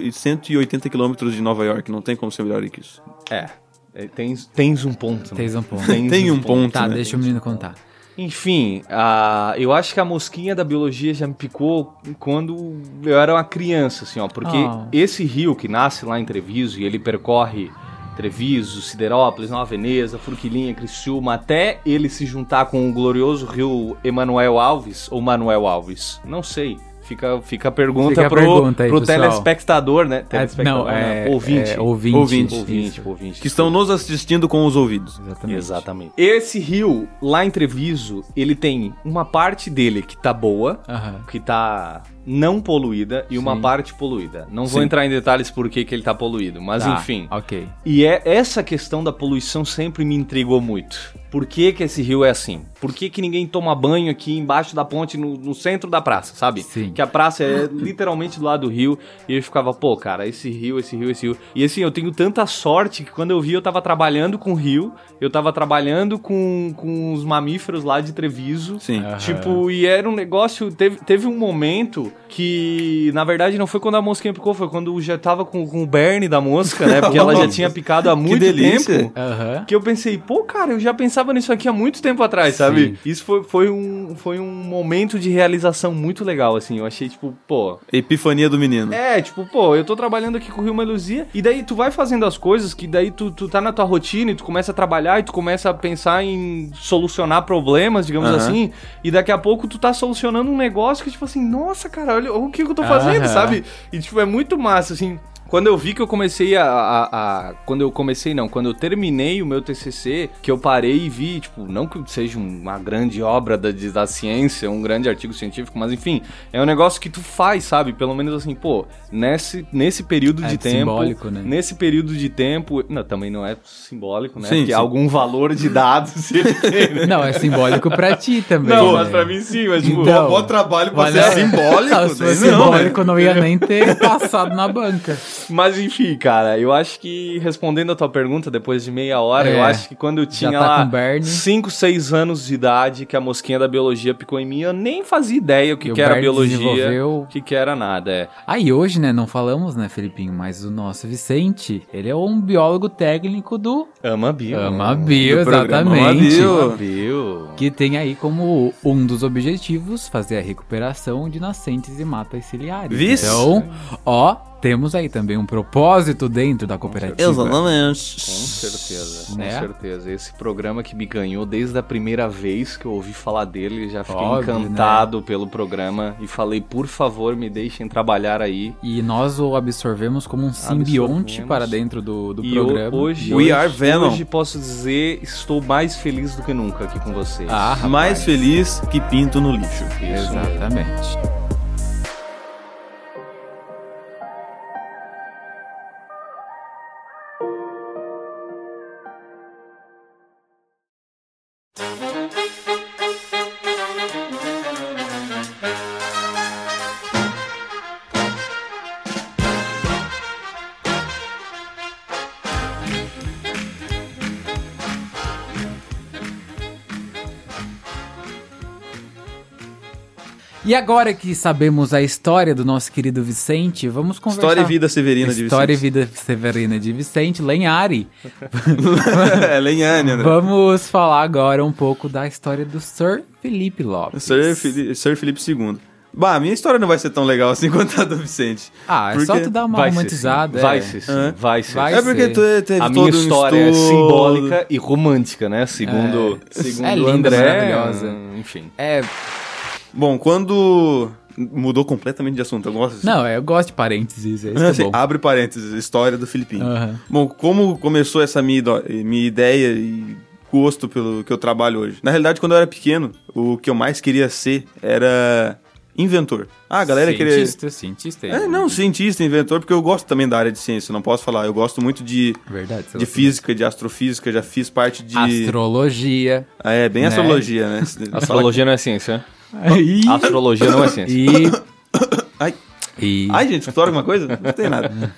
[SPEAKER 2] 5.180 quilômetros de Nova York, não tem como ser melhor que isso.
[SPEAKER 4] É. é, Tens, tens um ponto. né?
[SPEAKER 3] Tens um ponto.
[SPEAKER 4] Tens
[SPEAKER 2] Tem um
[SPEAKER 4] é
[SPEAKER 2] ponto,
[SPEAKER 3] Tá,
[SPEAKER 2] né?
[SPEAKER 3] deixa o menino contar.
[SPEAKER 4] Enfim, a, eu acho que a mosquinha da biologia já me picou quando eu era uma criança, assim, ó. Porque
[SPEAKER 3] Ah.
[SPEAKER 4] esse rio que nasce lá em Treviso e ele percorre Treviso, Siderópolis, Nova Veneza, Furquilinha, Criciúma, até ele se juntar com o glorioso rio Emanuel Alves ou Manuel Alves, não sei. Fica, fica a pergunta
[SPEAKER 3] Fica a
[SPEAKER 4] pro,
[SPEAKER 3] pergunta aí,
[SPEAKER 4] pro
[SPEAKER 3] pessoal.
[SPEAKER 4] telespectador, né?
[SPEAKER 3] É,
[SPEAKER 4] Telespectador,
[SPEAKER 3] não, é,
[SPEAKER 4] não, ouvinte.
[SPEAKER 3] é, ouvinte.
[SPEAKER 4] Ouvinte,
[SPEAKER 3] Isso.
[SPEAKER 4] ouvinte, ouvinte.
[SPEAKER 2] Que estão nos assistindo com os ouvidos.
[SPEAKER 3] Exatamente.
[SPEAKER 4] Exatamente. Esse rio, lá em Treviso, ele tem uma parte dele que tá boa,
[SPEAKER 3] Aham.
[SPEAKER 4] que tá não poluída e uma
[SPEAKER 3] Sim.
[SPEAKER 4] parte poluída. Não vou
[SPEAKER 2] Sim.
[SPEAKER 4] entrar em detalhes por que, que ele tá poluído, mas
[SPEAKER 3] Tá,
[SPEAKER 4] enfim.
[SPEAKER 3] Ok.
[SPEAKER 4] E é essa questão da poluição sempre me intrigou muito. Por que, que esse rio é assim? Por que, que ninguém toma banho aqui embaixo da ponte, no, no centro da praça, sabe?
[SPEAKER 3] Sim.
[SPEAKER 4] Que a praça é literalmente do lado do rio. E eu ficava, pô, cara, esse rio, esse rio, esse rio. E assim, eu tenho tanta sorte que quando eu vi, eu tava trabalhando com o rio, eu tava trabalhando com, com os mamíferos lá de Treviso.
[SPEAKER 2] Sim.
[SPEAKER 3] Aham.
[SPEAKER 4] Tipo, e era um negócio. Teve, teve um momento que, na verdade, não foi quando a mosquinha picou, foi quando já tava com, com o Bernie da mosca, né? Porque ela já tinha picado há muito
[SPEAKER 2] delícia.
[SPEAKER 4] tempo.
[SPEAKER 3] Aham.
[SPEAKER 4] Que eu pensei, pô, cara, eu já pensava nisso aqui há muito tempo atrás, sabe? Isso foi, foi, um, foi um momento de realização muito legal, assim. Eu achei, tipo, pô,
[SPEAKER 2] Epifania do menino.
[SPEAKER 4] é, tipo, pô, eu tô trabalhando aqui com o Rio Meluzia, e daí tu vai fazendo as coisas que daí tu, tu tá na tua rotina e tu começa a trabalhar e tu começa a pensar em solucionar problemas, digamos
[SPEAKER 2] Aham.
[SPEAKER 4] assim, e daqui a pouco tu tá solucionando um negócio que, tipo assim, nossa, cara, olha o que eu tô fazendo,
[SPEAKER 3] Aham.
[SPEAKER 4] sabe? E, tipo, é muito massa, assim. Quando eu vi que eu comecei a, a- a- Quando eu comecei, não, quando eu terminei o meu TCC, que eu parei e vi, tipo, não que seja uma grande obra da, de- da ciência, um grande artigo científico, mas enfim, é um negócio que tu faz, sabe? Pelo menos assim, pô, nesse, nesse período
[SPEAKER 3] É
[SPEAKER 4] de tempo.
[SPEAKER 3] simbólico, né?
[SPEAKER 4] Nesse período de tempo. Não, também não é simbólico, né?
[SPEAKER 2] Sim,
[SPEAKER 4] Porque
[SPEAKER 2] sim.
[SPEAKER 4] algum valor de dados ele tem, né?
[SPEAKER 3] Não, é simbólico pra ti também.
[SPEAKER 4] Não,
[SPEAKER 3] né?
[SPEAKER 4] mas pra mim sim, mas tipo.
[SPEAKER 3] Então,
[SPEAKER 2] Bom trabalho pra
[SPEAKER 4] é
[SPEAKER 3] Olha,
[SPEAKER 2] ser simbólico.
[SPEAKER 3] Ah, se
[SPEAKER 2] né?
[SPEAKER 3] fosse
[SPEAKER 2] Não, né?
[SPEAKER 3] simbólico, eu não ia nem ter passado na banca.
[SPEAKER 4] Mas enfim, cara, eu acho que respondendo a tua pergunta depois de meia hora,
[SPEAKER 3] É,
[SPEAKER 4] eu acho que quando eu tinha
[SPEAKER 3] tá com
[SPEAKER 4] lá
[SPEAKER 3] Bernie.
[SPEAKER 4] 5, 6 anos de idade, que a mosquinha da biologia picou em mim, eu nem fazia ideia o que,
[SPEAKER 3] E o
[SPEAKER 4] que era
[SPEAKER 3] Bernie
[SPEAKER 4] biologia,
[SPEAKER 3] desenvolveu-
[SPEAKER 4] o que, que era nada. É.
[SPEAKER 3] Aí hoje, né, não falamos, né, Felipinho, mas o nosso Vicente, ele é um biólogo técnico do
[SPEAKER 4] Ama bio.
[SPEAKER 3] Ama Bio,
[SPEAKER 2] É, do programa
[SPEAKER 3] exatamente.
[SPEAKER 2] Ama Bio.
[SPEAKER 4] Ama bio.
[SPEAKER 3] Que tem aí como um dos objetivos fazer a recuperação de nascentes e matas ciliares.
[SPEAKER 2] Vice.
[SPEAKER 3] Então, ó, temos aí também um propósito dentro da
[SPEAKER 2] né?
[SPEAKER 3] cooperativa.
[SPEAKER 4] Com certeza, com
[SPEAKER 3] Né?
[SPEAKER 4] certeza. Esse programa que me ganhou desde a primeira vez que eu ouvi falar dele, já fiquei
[SPEAKER 3] Óbvio, né?
[SPEAKER 4] encantado pelo programa e falei, por favor, me deixem trabalhar aí.
[SPEAKER 3] E nós o absorvemos como um simbionte
[SPEAKER 4] Absorvemos.
[SPEAKER 3] para dentro do, do
[SPEAKER 4] e eu-
[SPEAKER 3] programa.
[SPEAKER 4] hoje,
[SPEAKER 2] We
[SPEAKER 4] hoje,
[SPEAKER 2] are Venom.
[SPEAKER 4] hoje posso dizer, estou mais feliz do que nunca aqui com vocês.
[SPEAKER 3] Ah, rapaz.
[SPEAKER 2] Mais feliz que pinto no lixo.
[SPEAKER 4] Isso.
[SPEAKER 3] Exatamente. E agora que sabemos a história do nosso querido Vicente, vamos conversar.
[SPEAKER 2] História e vida severina de
[SPEAKER 3] História e
[SPEAKER 2] Vicente.
[SPEAKER 3] vida severina de Vicente Lenhari.
[SPEAKER 2] é, Lenhane, né?
[SPEAKER 3] Vamos falar agora um pouco da história do Sir Felipe Lopes.
[SPEAKER 2] Sir, Fili- Sir Felipe II. Bah, a minha história não vai ser tão legal assim quanto a do Vicente.
[SPEAKER 3] Ah, é
[SPEAKER 2] Porque
[SPEAKER 3] só tu dar uma
[SPEAKER 4] Vai ser sim,
[SPEAKER 3] romantizada. é.
[SPEAKER 4] vai ser sim,
[SPEAKER 2] Hã?
[SPEAKER 4] vai ser
[SPEAKER 3] Vai
[SPEAKER 4] sim.
[SPEAKER 2] é porque
[SPEAKER 3] ser.
[SPEAKER 2] tu teve
[SPEAKER 4] A
[SPEAKER 2] todo
[SPEAKER 4] minha
[SPEAKER 2] um
[SPEAKER 4] história é
[SPEAKER 2] estudo.
[SPEAKER 4] simbólica e romântica, né? Segundo, segundo
[SPEAKER 3] É linda,
[SPEAKER 4] André,
[SPEAKER 3] maravilhosa.
[SPEAKER 4] enfim.
[SPEAKER 3] É,
[SPEAKER 2] Bom, quando... Mudou completamente de assunto, eu gosto assim.
[SPEAKER 3] não, é, eu gosto de parênteses, é
[SPEAKER 2] Não,
[SPEAKER 3] isso que
[SPEAKER 2] assim,
[SPEAKER 3] é bom.
[SPEAKER 2] abre parênteses, história do Filipinho.
[SPEAKER 3] Aham.
[SPEAKER 2] Bom, como começou essa minha, ido- minha ideia e gosto pelo que eu trabalho hoje? Na realidade, quando eu era pequeno, o que eu mais queria ser era inventor. Ah, a galera queria...
[SPEAKER 3] cientista, cientista.
[SPEAKER 2] É, não, cientista, inventor, porque eu gosto também da área de ciência, eu não posso falar. Eu gosto muito de,
[SPEAKER 3] Verdade. sei
[SPEAKER 2] de
[SPEAKER 3] lá.
[SPEAKER 2] física, de astrofísica, já fiz parte de...
[SPEAKER 3] Astrologia.
[SPEAKER 2] Ah, é, bem
[SPEAKER 3] né?
[SPEAKER 2] astrologia, né?
[SPEAKER 4] Astrologia não é ciência.
[SPEAKER 3] Aí.
[SPEAKER 4] Astrologia não é ciência.
[SPEAKER 3] Ah,
[SPEAKER 2] Ai.
[SPEAKER 3] E. E.
[SPEAKER 2] Ai, gente, faltou alguma coisa? Não tem nada.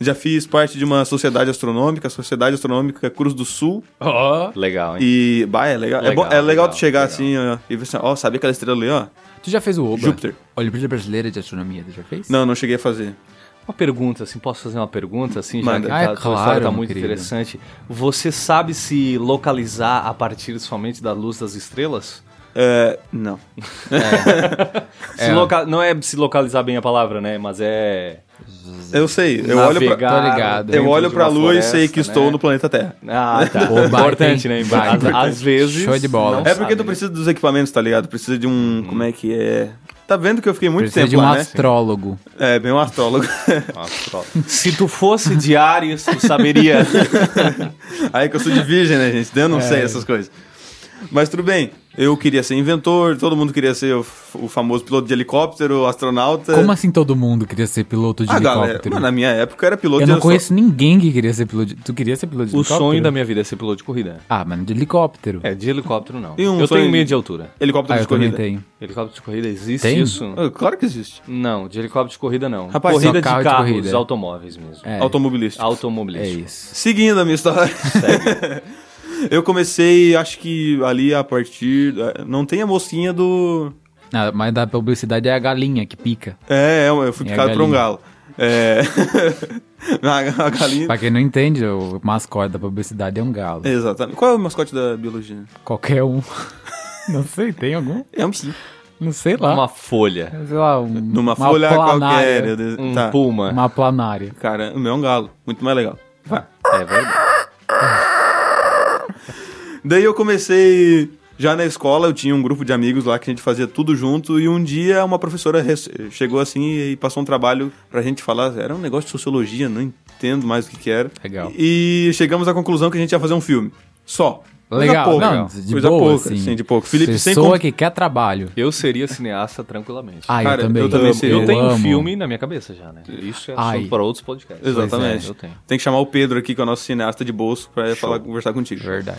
[SPEAKER 2] Já fiz parte de uma sociedade astronômica, a Sociedade Astronômica Cruz do Sul.
[SPEAKER 3] Ó.
[SPEAKER 4] Legal, hein?
[SPEAKER 2] E, bah, é legal. é,
[SPEAKER 4] Legal,
[SPEAKER 2] bom- é legal,
[SPEAKER 4] legal,
[SPEAKER 2] tu chegar
[SPEAKER 4] legal.
[SPEAKER 2] assim ó, e ver assim, ó, sabe aquela estrela ali, ó?
[SPEAKER 3] Tu já fez o Oba?
[SPEAKER 2] Júpiter.
[SPEAKER 3] Olimpíada Brasileira de Astronomia, tu já fez?
[SPEAKER 2] Não, não cheguei a fazer.
[SPEAKER 4] Uma pergunta, assim, posso fazer uma pergunta, assim, já
[SPEAKER 2] Manda.
[SPEAKER 4] que
[SPEAKER 3] Ah, é
[SPEAKER 4] tá, a tua
[SPEAKER 3] claro,
[SPEAKER 4] história tá
[SPEAKER 3] meu
[SPEAKER 4] muito
[SPEAKER 3] querido.
[SPEAKER 4] interessante. Você sabe se localizar a partir somente da luz das estrelas?
[SPEAKER 2] É, não.
[SPEAKER 4] Se loca- Não é se localizar bem a palavra, né? Mas é.
[SPEAKER 2] Eu sei, eu olho pra,
[SPEAKER 4] navegar
[SPEAKER 3] Tô ligado.
[SPEAKER 2] eu
[SPEAKER 4] dentro
[SPEAKER 2] olho
[SPEAKER 4] de
[SPEAKER 2] pra
[SPEAKER 4] uma
[SPEAKER 2] lua e sei
[SPEAKER 4] floresta,
[SPEAKER 2] que estou
[SPEAKER 4] né?
[SPEAKER 2] no planeta Terra.
[SPEAKER 4] Ah, tá.
[SPEAKER 3] Pô, baita,
[SPEAKER 4] importante,
[SPEAKER 3] hein?
[SPEAKER 4] né? Às,
[SPEAKER 3] Baita.
[SPEAKER 4] às vezes.
[SPEAKER 3] Show de bola.
[SPEAKER 4] não
[SPEAKER 2] é porque tu
[SPEAKER 4] sabe.
[SPEAKER 2] precisa dos equipamentos, tá ligado? Precisa de um. Como é que é? Tá vendo que eu fiquei muito
[SPEAKER 3] Uhum. Precisa
[SPEAKER 2] tempo
[SPEAKER 3] de um
[SPEAKER 2] lá, né?
[SPEAKER 3] astrólogo.
[SPEAKER 2] É, bem um astrólogo.
[SPEAKER 4] Se tu fosse de Ares, tu saberia.
[SPEAKER 3] É.
[SPEAKER 2] Aí que eu sou de virgem, né, gente? Eu não sei essas coisas. Mas tudo bem, eu queria ser inventor, todo mundo queria ser o, f- o famoso piloto de helicóptero, astronauta.
[SPEAKER 3] Como assim todo mundo queria ser piloto de
[SPEAKER 2] É. Ah, galera,
[SPEAKER 3] helicóptero?
[SPEAKER 2] mano, na minha época eu era piloto
[SPEAKER 3] eu
[SPEAKER 2] de
[SPEAKER 3] não
[SPEAKER 2] só-
[SPEAKER 3] conheço ninguém que queria ser piloto de... Tu queria ser piloto de
[SPEAKER 4] O
[SPEAKER 3] helicóptero?
[SPEAKER 4] sonho da minha vida é ser piloto de corrida.
[SPEAKER 3] Ah, mano, de helicóptero.
[SPEAKER 4] É, de helicóptero não.
[SPEAKER 2] E um
[SPEAKER 4] eu
[SPEAKER 2] sonho de-
[SPEAKER 4] tenho medo de altura.
[SPEAKER 2] Helicóptero
[SPEAKER 3] ah,
[SPEAKER 2] de
[SPEAKER 3] eu também
[SPEAKER 2] corrida.
[SPEAKER 3] tenho.
[SPEAKER 4] Helicóptero de corrida existe
[SPEAKER 3] Tem?
[SPEAKER 4] isso?
[SPEAKER 2] Ah, Claro que existe.
[SPEAKER 4] Não, de helicóptero de corrida não.
[SPEAKER 2] Rapaz,
[SPEAKER 4] corrida
[SPEAKER 3] só
[SPEAKER 4] de
[SPEAKER 3] carro de
[SPEAKER 4] carros,
[SPEAKER 3] corrida.
[SPEAKER 4] automóveis mesmo.
[SPEAKER 3] É,
[SPEAKER 2] Automobilista.
[SPEAKER 3] é
[SPEAKER 4] Automobilístico.
[SPEAKER 3] isso.
[SPEAKER 2] Seguindo a minha história. eu comecei, acho que ali a partir. é, Não tem a mocinha do.
[SPEAKER 3] Ah, mas da publicidade é a galinha que pica.
[SPEAKER 2] É, é, eu fui
[SPEAKER 3] É a
[SPEAKER 2] picado por um
[SPEAKER 3] galinha.
[SPEAKER 2] galo. É. a, a galinha.
[SPEAKER 3] Pra quem não entende, o mascote da publicidade é um galo.
[SPEAKER 2] Exatamente. Qual é o mascote da biologia?
[SPEAKER 3] Qualquer um. não sei, tem algum?
[SPEAKER 2] É um sim.
[SPEAKER 3] Não sei lá.
[SPEAKER 4] Uma folha,
[SPEAKER 3] Sei lá, um,
[SPEAKER 2] Numa
[SPEAKER 3] uma
[SPEAKER 2] folha
[SPEAKER 3] planária.
[SPEAKER 2] qualquer. eu des-
[SPEAKER 4] um
[SPEAKER 2] tá.
[SPEAKER 4] puma.
[SPEAKER 3] Uma planária.
[SPEAKER 2] Cara, o meu é um galo. Muito mais legal.
[SPEAKER 4] É verdade.
[SPEAKER 2] Daí eu comecei já na escola, eu tinha um grupo de amigos lá que a gente fazia tudo junto e um dia uma professora res- chegou assim e passou um trabalho pra gente falar, era um negócio de sociologia, não entendo mais o que que era.
[SPEAKER 3] Legal.
[SPEAKER 2] E chegamos à conclusão que a gente ia fazer um filme. Só. Coisa
[SPEAKER 3] Legal,
[SPEAKER 2] pouca,
[SPEAKER 3] não, de
[SPEAKER 2] coisa
[SPEAKER 3] boa,
[SPEAKER 2] pouca,
[SPEAKER 3] assim.
[SPEAKER 2] de pouco. Felipe sem
[SPEAKER 3] Pessoa
[SPEAKER 2] com-
[SPEAKER 3] que quer trabalho.
[SPEAKER 4] Eu seria cineasta tranquilamente.
[SPEAKER 3] Ah,
[SPEAKER 2] Cara,
[SPEAKER 3] eu também.
[SPEAKER 2] eu também
[SPEAKER 4] eu,
[SPEAKER 2] seria.
[SPEAKER 4] eu tenho um
[SPEAKER 3] amo.
[SPEAKER 4] filme na minha cabeça já, né? Isso é
[SPEAKER 3] Ai.
[SPEAKER 4] assunto para outros podcasts.
[SPEAKER 2] Exatamente.
[SPEAKER 4] Pois é, eu tenho.
[SPEAKER 2] Tem que chamar o Pedro aqui, que é o nosso cineasta de bolso, pra falar, conversar contigo.
[SPEAKER 4] Verdade.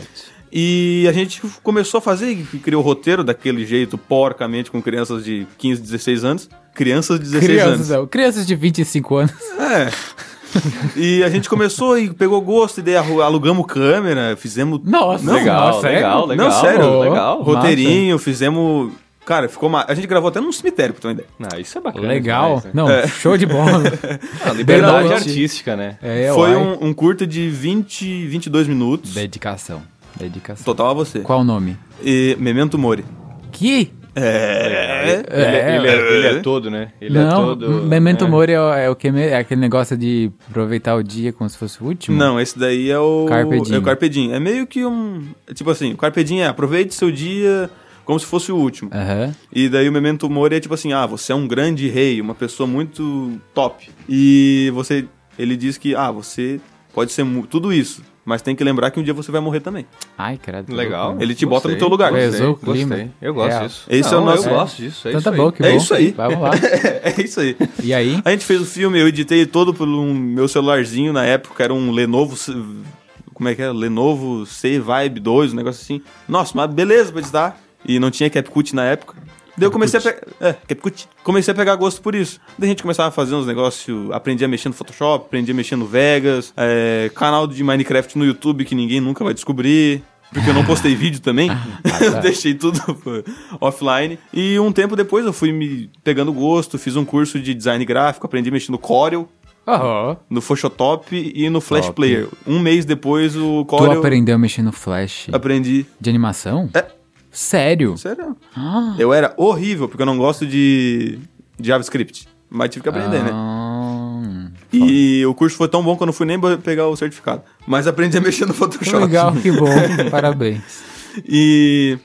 [SPEAKER 2] E a gente começou a fazer e criou o roteiro daquele jeito, porcamente, com crianças de 15, 16 anos. Crianças de 16 anos.
[SPEAKER 3] Crianças, é, crianças de 25 anos.
[SPEAKER 2] É.
[SPEAKER 3] é.
[SPEAKER 2] E a gente começou e pegou gosto, e daí arru- alugamos câmera, fizemos
[SPEAKER 3] Nossa,
[SPEAKER 2] Não,
[SPEAKER 4] legal,
[SPEAKER 3] nossa, é-
[SPEAKER 4] legal, legal.
[SPEAKER 2] Não, sério.
[SPEAKER 4] oh, Legal.
[SPEAKER 3] Massa.
[SPEAKER 2] roteirinho, fizemos. Cara, ficou ma... A gente gravou até num cemitério, pra tu ter uma ideia.
[SPEAKER 4] Ah, isso é bacana.
[SPEAKER 3] Legal.
[SPEAKER 4] demais, né?
[SPEAKER 3] Não, show de bola.
[SPEAKER 4] Ah, liberdade
[SPEAKER 3] Verdade.
[SPEAKER 4] artística, né?
[SPEAKER 3] É,
[SPEAKER 2] Foi
[SPEAKER 3] uai.
[SPEAKER 2] um, um curta de 20, 22 minutos.
[SPEAKER 3] Dedicação. Dedicação.
[SPEAKER 2] Total a você.
[SPEAKER 3] Qual o nome?
[SPEAKER 2] E Memento Mori.
[SPEAKER 3] Que?
[SPEAKER 2] É.
[SPEAKER 4] Ele,
[SPEAKER 3] É.
[SPEAKER 4] ele é, ele é todo, né? Ele é
[SPEAKER 3] não,
[SPEAKER 4] todo.
[SPEAKER 3] Memento
[SPEAKER 4] né?
[SPEAKER 3] Mori é, o- é o que me- é aquele negócio de aproveitar o dia como se fosse o último.
[SPEAKER 2] Não, esse daí é o.
[SPEAKER 3] Carpe Diem.
[SPEAKER 2] É o Carpedinho. É meio que um. é Tipo assim, o Carpedinho é aproveite seu dia como se fosse o último.
[SPEAKER 3] Aham.
[SPEAKER 2] E daí o Memento Mori é tipo assim, ah, você é um grande rei, uma pessoa muito top. E você, ele diz que, ah, você pode ser mu- tudo isso, mas tem que lembrar que um dia você vai morrer também.
[SPEAKER 3] Ai, credo. que
[SPEAKER 4] Legal.
[SPEAKER 3] loucura.
[SPEAKER 2] Ele te bota no
[SPEAKER 4] Gostei,
[SPEAKER 2] teu lugar.
[SPEAKER 4] Gostei,
[SPEAKER 3] Pesou o clima.
[SPEAKER 4] gostei. Eu gosto
[SPEAKER 3] Real.
[SPEAKER 4] disso.
[SPEAKER 2] Esse é o
[SPEAKER 4] Não,
[SPEAKER 2] nosso-
[SPEAKER 4] Eu gosto disso. É
[SPEAKER 3] Então
[SPEAKER 4] isso
[SPEAKER 3] tá
[SPEAKER 4] aí.
[SPEAKER 3] bom, que
[SPEAKER 2] É
[SPEAKER 3] bom.
[SPEAKER 2] isso aí.
[SPEAKER 3] Vamos lá.
[SPEAKER 2] é isso aí.
[SPEAKER 3] E aí?
[SPEAKER 2] A gente fez o filme, eu editei todo pelo um- meu celularzinho na época, era um Lenovo. C- Como é que é? Lenovo C Vibe 2, um negócio assim. Nossa, mas beleza pra editar. E não tinha CapCut na época. Daí eu comecei a pegar. É, CapCut. Comecei a pegar gosto por isso. Daí a gente começava a fazer uns negócios. Aprendi a mexer no Photoshop, aprendi a mexer no Vegas. é, canal de Minecraft no YouTube que ninguém nunca vai descobrir. Porque eu não postei vídeo também.
[SPEAKER 3] Ah, tá,
[SPEAKER 2] eu deixei tudo offline. E um tempo depois eu fui me pegando gosto, fiz um curso de design gráfico, aprendi a mexer no Corel,
[SPEAKER 3] Aham.
[SPEAKER 2] no Photoshop e no Flash
[SPEAKER 3] Top.
[SPEAKER 2] Player. Um mês depois o
[SPEAKER 3] Tu
[SPEAKER 2] Corel
[SPEAKER 3] aprendeu a mexer no Flash
[SPEAKER 2] aprendi.
[SPEAKER 3] de animação?
[SPEAKER 2] É.
[SPEAKER 3] Sério?
[SPEAKER 2] Sério?
[SPEAKER 3] Ah.
[SPEAKER 2] Eu era horrível, porque eu não gosto de de JavaScript. Mas tive que aprender, né?
[SPEAKER 3] Ah,
[SPEAKER 2] E o curso foi tão bom que eu não fui nem pegar o certificado. Mas aprendi a mexer no
[SPEAKER 3] Que
[SPEAKER 2] Photoshop.
[SPEAKER 3] legal, que bom. Parabéns.
[SPEAKER 2] E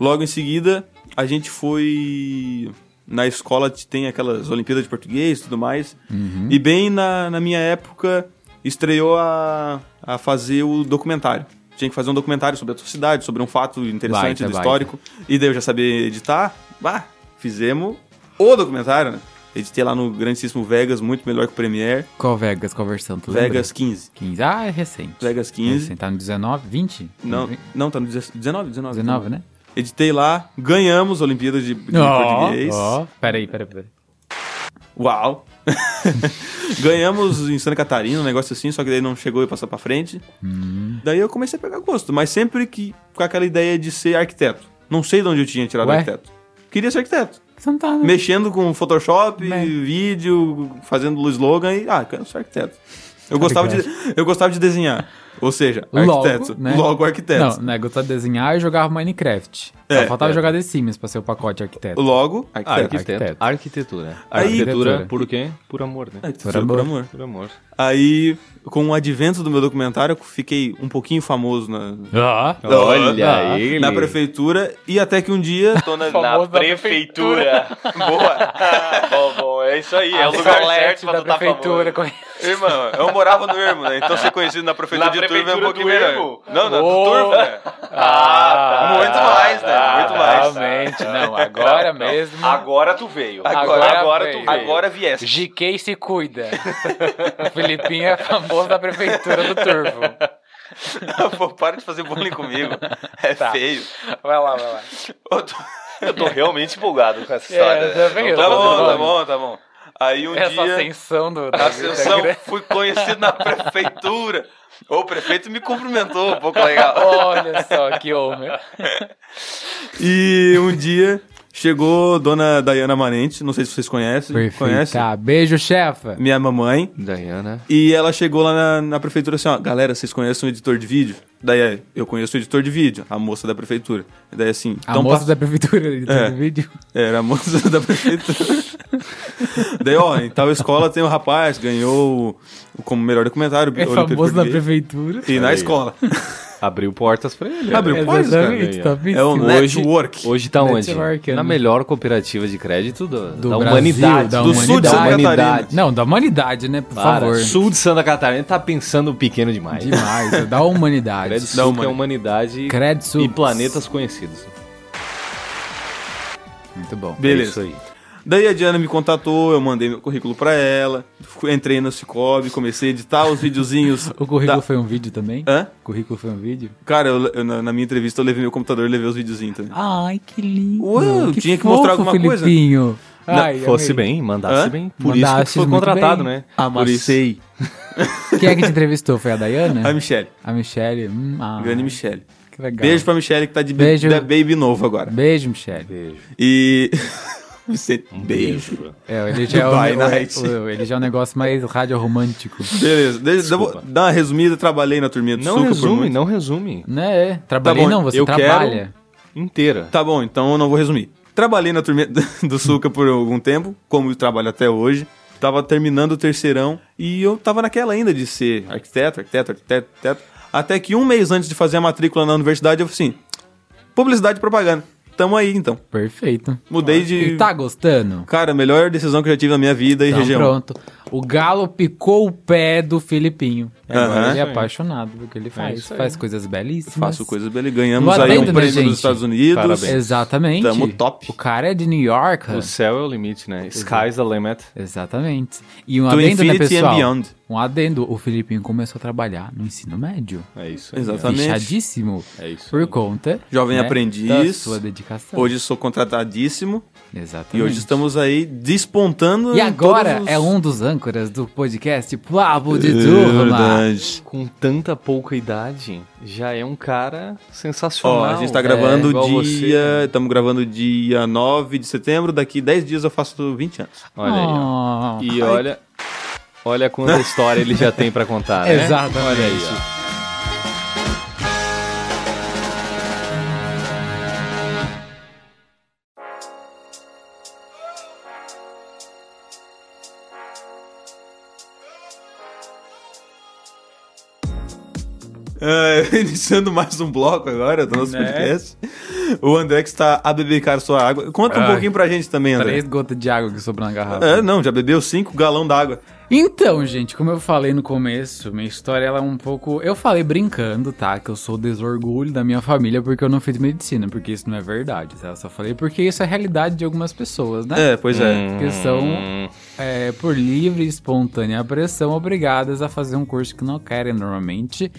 [SPEAKER 2] logo em seguida, a gente foi. Na escola te- tem aquelas Olimpíadas de Português e tudo mais.
[SPEAKER 3] Uhum.
[SPEAKER 2] E bem na, na minha época, estreou a, a fazer o documentário. Tinha que fazer um documentário sobre a tua cidade, sobre um fato interessante
[SPEAKER 3] Baita,
[SPEAKER 2] do
[SPEAKER 3] baita.
[SPEAKER 2] histórico. E daí eu já sabia editar. Bah, fizemos o documentário, né? Editei lá no grandíssimo Vegas, muito melhor que o Premiere.
[SPEAKER 3] Qual Vegas? Qual versão? Tu lembra?
[SPEAKER 2] Vegas 15.
[SPEAKER 3] 15. Ah, é recente.
[SPEAKER 2] Vegas 15.
[SPEAKER 3] Recente, tá no 19? 20?
[SPEAKER 2] Não, não, tá no 19, 19.
[SPEAKER 3] 19, né?
[SPEAKER 2] Editei lá, ganhamos a Olimpíada de, de Português.
[SPEAKER 3] ó. Peraí, peraí, peraí.
[SPEAKER 2] Uau! ganhamos em Santa Catarina, um negócio assim, só que daí não chegou e passou pra frente.
[SPEAKER 3] Hum.
[SPEAKER 2] Daí eu comecei a pegar gosto, mas sempre que com aquela ideia de ser arquiteto. Não sei de onde eu tinha tirado
[SPEAKER 3] Ué?
[SPEAKER 2] arquiteto. Queria ser arquiteto.
[SPEAKER 3] Você não tá...
[SPEAKER 2] Mexendo com Photoshop,
[SPEAKER 3] Né.
[SPEAKER 2] vídeo, fazendo slogan e. Ah, quero ser arquiteto. Eu gostava, de, eu gostava de desenhar. Ou seja,
[SPEAKER 3] Tá Logo,
[SPEAKER 2] arquiteto. Logo,
[SPEAKER 3] né?
[SPEAKER 2] arquiteto.
[SPEAKER 3] Não, né? Gostava de desenhar e jogava Minecraft.
[SPEAKER 2] É,
[SPEAKER 3] Só faltava
[SPEAKER 2] é.
[SPEAKER 3] jogar The Sims pra ser o pacote arquiteto.
[SPEAKER 2] Logo,
[SPEAKER 3] Ah,
[SPEAKER 2] arquiteto.
[SPEAKER 4] Arquiteto.
[SPEAKER 3] Arquiteto.
[SPEAKER 4] Arquitetura.
[SPEAKER 2] Aí-
[SPEAKER 4] Arquitetura
[SPEAKER 3] Arquitetura.
[SPEAKER 4] por quê? Por amor, né?
[SPEAKER 2] Arquitetura por amor.
[SPEAKER 4] Por amor.
[SPEAKER 2] Aí com o advento do meu documentário, eu fiquei um pouquinho famoso na,
[SPEAKER 3] Ah,
[SPEAKER 4] Olha
[SPEAKER 3] Ah.
[SPEAKER 4] ele.
[SPEAKER 2] na prefeitura e até que um dia.
[SPEAKER 7] Dona
[SPEAKER 6] Famoso
[SPEAKER 7] na
[SPEAKER 6] da
[SPEAKER 7] prefeitura. Boa. bom, bom, é isso aí. É o lugar certo pra
[SPEAKER 3] Ah, da
[SPEAKER 7] tu tá
[SPEAKER 3] prefeitura.
[SPEAKER 7] famoso.
[SPEAKER 8] Irmão, eu morava no Ermo, né? Então ser conhecido na prefeitura
[SPEAKER 7] Na
[SPEAKER 8] de Turvo é um
[SPEAKER 7] prefeitura
[SPEAKER 8] pouquinho
[SPEAKER 7] do
[SPEAKER 8] melhor.
[SPEAKER 7] Ermo?
[SPEAKER 8] Não, não,
[SPEAKER 3] Oh.
[SPEAKER 8] do Turvo, né?
[SPEAKER 3] Ah,
[SPEAKER 8] Muito mais, né? Muito mais.
[SPEAKER 3] Realmente, não. Agora mesmo.
[SPEAKER 7] Agora tu veio.
[SPEAKER 8] Agora,
[SPEAKER 3] Agora
[SPEAKER 8] agora
[SPEAKER 3] veio.
[SPEAKER 8] tu Agora viesse.
[SPEAKER 3] GK se cuida. o Filipinho é famoso da prefeitura do Turvo.
[SPEAKER 8] Pô, para de fazer bullying comigo. É feio.
[SPEAKER 3] Vai lá, vai lá.
[SPEAKER 8] Eu tô-
[SPEAKER 7] Tá. Eu tô realmente empolgado com essa
[SPEAKER 3] É,
[SPEAKER 7] história.
[SPEAKER 3] eu também, eu
[SPEAKER 7] Não
[SPEAKER 8] Tá
[SPEAKER 7] tô-
[SPEAKER 8] bom, tá
[SPEAKER 3] falando.
[SPEAKER 8] bom, tá bom. Aí um
[SPEAKER 3] Essa
[SPEAKER 8] dia.
[SPEAKER 3] ascensão do.
[SPEAKER 7] tá
[SPEAKER 3] da
[SPEAKER 8] Ascensão,
[SPEAKER 3] vida grande.
[SPEAKER 8] fui conhecido na prefeitura. O prefeito me cumprimentou, um pouco legal.
[SPEAKER 3] Olha só que homem.
[SPEAKER 2] E um dia chegou Dona Dayana Manente, não sei se vocês conhecem. Conhece?
[SPEAKER 3] Perfeita. Tá, Beijo, chefa.
[SPEAKER 2] Minha mamãe.
[SPEAKER 4] Diana.
[SPEAKER 2] E ela chegou lá na, na prefeitura assim, ó, galera, vocês conhecem um editor de vídeo? Daí "É, eu conheço o editor de vídeo, a moça da prefeitura. E daí assim,
[SPEAKER 3] A moça
[SPEAKER 2] passa-
[SPEAKER 3] da prefeitura ali do
[SPEAKER 2] É.
[SPEAKER 3] vídeo.
[SPEAKER 2] Era a moça da prefeitura. daí, ó, em tal escola tem um rapaz, ganhou o- como melhor documentário,
[SPEAKER 3] É
[SPEAKER 2] o Olimpíada
[SPEAKER 3] famoso da
[SPEAKER 2] Português.
[SPEAKER 3] prefeitura.
[SPEAKER 2] E na escola.
[SPEAKER 4] Abriu portas pra ele.
[SPEAKER 2] Abriu
[SPEAKER 4] olha.
[SPEAKER 2] portas,
[SPEAKER 3] Exatamente,
[SPEAKER 4] cara.
[SPEAKER 3] tá
[SPEAKER 2] É o
[SPEAKER 3] vendo?
[SPEAKER 4] Hoje-
[SPEAKER 2] network.
[SPEAKER 4] Hoje tá onde?
[SPEAKER 3] Network, né?
[SPEAKER 4] Na melhor cooperativa de crédito do-
[SPEAKER 3] Do
[SPEAKER 4] da
[SPEAKER 3] Brasil,
[SPEAKER 4] humanidade.
[SPEAKER 3] da
[SPEAKER 2] do sul de Santa
[SPEAKER 3] humanidade.
[SPEAKER 2] Catarina.
[SPEAKER 3] Não, da humanidade, né? Por
[SPEAKER 4] Para,
[SPEAKER 3] favor.
[SPEAKER 4] Sul de Santa Catarina tá pensando pequeno demais.
[SPEAKER 3] Demais, é da humanidade.
[SPEAKER 4] Crédito Sul, que é humanidade
[SPEAKER 3] Crédito Sul.
[SPEAKER 4] e planetas conhecidos.
[SPEAKER 3] Muito bom.
[SPEAKER 2] Beleza.
[SPEAKER 4] É isso aí.
[SPEAKER 2] Daí a Diana me contatou, eu mandei meu currículo pra ela, fu- entrei no Cicobi, comecei a editar os videozinhos.
[SPEAKER 3] O currículo
[SPEAKER 2] da-
[SPEAKER 3] foi um vídeo também?
[SPEAKER 2] Hã?
[SPEAKER 3] O currículo foi um vídeo?
[SPEAKER 2] Cara, eu- eu- na, na minha entrevista eu levei meu computador e levei os videozinhos também.
[SPEAKER 3] Ai, que lindo.
[SPEAKER 2] Ué, eu tinha que mostrar
[SPEAKER 3] fofo,
[SPEAKER 2] alguma coisa.
[SPEAKER 3] Filipinho.
[SPEAKER 4] Não,
[SPEAKER 3] Ai,
[SPEAKER 4] fosse
[SPEAKER 3] amei.
[SPEAKER 4] bem, mandasse
[SPEAKER 2] Hã?
[SPEAKER 4] bem. Por isso que
[SPEAKER 3] Mandasses
[SPEAKER 4] tu foi
[SPEAKER 3] muito
[SPEAKER 4] contratado,
[SPEAKER 3] bem.
[SPEAKER 4] né?
[SPEAKER 2] Amassei.
[SPEAKER 3] Quem é que te entrevistou? Foi a Dayana?
[SPEAKER 2] A Michelle,
[SPEAKER 3] A Michelle? Hum, é. ah,
[SPEAKER 2] grande Michelle.
[SPEAKER 3] que legal.
[SPEAKER 2] Beijo pra Michelle que tá de,
[SPEAKER 3] Beijo.
[SPEAKER 2] da baby novo agora.
[SPEAKER 3] Beijo, Michelle.
[SPEAKER 2] E... Vicente, beijo.
[SPEAKER 3] É, ele, já é
[SPEAKER 2] Dubai
[SPEAKER 3] um,
[SPEAKER 2] Night.
[SPEAKER 3] o- ele já é um negócio mais rádio romântico.
[SPEAKER 2] Beleza, deixa eu vou dar uma resumida, trabalhei na turminha do
[SPEAKER 4] Não
[SPEAKER 2] Suca por
[SPEAKER 4] resume,
[SPEAKER 2] muito.
[SPEAKER 4] não resume.
[SPEAKER 3] Né? é. Trabalhei
[SPEAKER 2] Tá bom,
[SPEAKER 3] não, você
[SPEAKER 4] eu quero-
[SPEAKER 3] trabalha.
[SPEAKER 4] Inteira.
[SPEAKER 2] Tá bom, então eu não vou resumir. Trabalhei na turminha do Suca por algum tempo, como eu trabalho até hoje. Tava terminando o terceirão e eu tava naquela ainda de ser arquiteto, arquiteto, arquiteto, arquiteto. Até que um mês antes de fazer a matrícula na universidade, eu falei assim: publicidade e propaganda. Tamo aí então.
[SPEAKER 3] Perfeito.
[SPEAKER 2] Mudei de.
[SPEAKER 3] E tá gostando?
[SPEAKER 2] Cara, melhor decisão que eu já tive na minha vida e
[SPEAKER 3] Então,
[SPEAKER 2] região.
[SPEAKER 3] pronto. O Galo picou o pé do Filipinho. Agora
[SPEAKER 2] Aham.
[SPEAKER 3] ele é apaixonado pelo que ele faz.
[SPEAKER 4] isso aí.
[SPEAKER 3] faz coisas belíssimas.
[SPEAKER 2] Faço coisas bem. Ganhamos
[SPEAKER 3] Lá
[SPEAKER 2] aí um
[SPEAKER 3] dentro, né,
[SPEAKER 2] prêmio
[SPEAKER 3] gente?
[SPEAKER 2] dos Estados Unidos.
[SPEAKER 4] Parabéns.
[SPEAKER 3] Exatamente.
[SPEAKER 2] Tamo top.
[SPEAKER 3] O cara é de New York.
[SPEAKER 4] O céu é o limite, né? Sky's the limit.
[SPEAKER 3] Exatamente. E um
[SPEAKER 2] To
[SPEAKER 3] adendo, né,
[SPEAKER 2] infinity and
[SPEAKER 3] pessoal?
[SPEAKER 2] beyond.
[SPEAKER 3] Um adendo. O Filipinho começou a trabalhar no ensino médio.
[SPEAKER 4] É isso. aí.
[SPEAKER 2] Exatamente.
[SPEAKER 3] Fechadíssimo.
[SPEAKER 4] É isso.
[SPEAKER 3] Por conta.
[SPEAKER 2] Jovem
[SPEAKER 3] né,
[SPEAKER 2] aprendiz.
[SPEAKER 3] Da sua dedicação.
[SPEAKER 2] Hoje sou contratadíssimo
[SPEAKER 3] Exatamente.
[SPEAKER 2] e hoje estamos aí despontando.
[SPEAKER 3] E
[SPEAKER 2] em
[SPEAKER 3] agora
[SPEAKER 2] todos os-
[SPEAKER 3] é um dos âncoras do podcast Plavo de Turma.
[SPEAKER 2] Verdade.
[SPEAKER 4] Com tanta pouca idade, já é um cara sensacional.
[SPEAKER 2] Ó, a gente tá
[SPEAKER 4] É,
[SPEAKER 2] gravando
[SPEAKER 4] igual você. né?
[SPEAKER 2] dia. Estamos gravando dia 9 de setembro. Daqui 10 dias eu faço 20 anos.
[SPEAKER 4] Olha aí, ó.
[SPEAKER 3] Oh.
[SPEAKER 4] E olha, olha quanta história ele já tem pra contar, né?
[SPEAKER 3] Exatamente.
[SPEAKER 4] Olha aí, ó.
[SPEAKER 2] É, iniciando mais um bloco agora do nosso podcast. O André que está a bebecar sua água. Conta um
[SPEAKER 3] Ai.
[SPEAKER 2] pouquinho pra gente também, André.
[SPEAKER 3] Três gotas de água que sobrou na garrafa.
[SPEAKER 2] É, não, já bebeu 5 galão d'água.
[SPEAKER 3] Então, gente, como eu falei no começo, minha história ela é um pouco. Eu falei brincando, tá? Que eu sou o desorgulho da minha família porque eu não fiz medicina, porque isso não é verdade, tá? Eu só falei porque isso é a realidade de algumas pessoas, né?
[SPEAKER 2] É, pois é.
[SPEAKER 3] Que são, é, por livre e espontânea pressão, obrigadas a fazer um curso que não querem normalmente.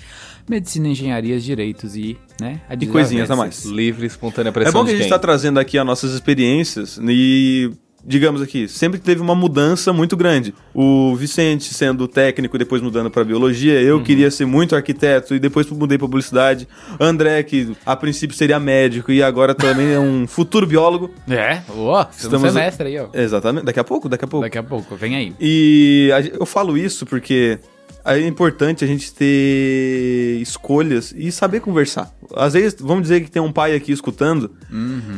[SPEAKER 3] Medicina, engenharia, direitos e, né?
[SPEAKER 2] E coisinhas a mais.
[SPEAKER 4] Livre, espontânea
[SPEAKER 2] É
[SPEAKER 4] pressão
[SPEAKER 2] bom que a
[SPEAKER 4] de
[SPEAKER 2] gente
[SPEAKER 4] quem?
[SPEAKER 2] tá trazendo aqui as nossas experiências e. Digamos aqui, sempre teve uma mudança muito grande. O Vicente sendo técnico, depois mudando pra biologia, eu queria ser muito arquiteto e depois mudei pra publicidade. André, que a princípio seria médico e agora também é um futuro biólogo.
[SPEAKER 3] É, ó, estamos
[SPEAKER 2] Estamos-
[SPEAKER 3] semestre aí, ó.
[SPEAKER 2] Exatamente, daqui a pouco, daqui a pouco.
[SPEAKER 3] Daqui a pouco, vem aí.
[SPEAKER 2] E a gen- eu falo isso porque Aí é importante a gente ter escolhas e saber conversar. Às vezes, vamos dizer que tem um pai aqui escutando,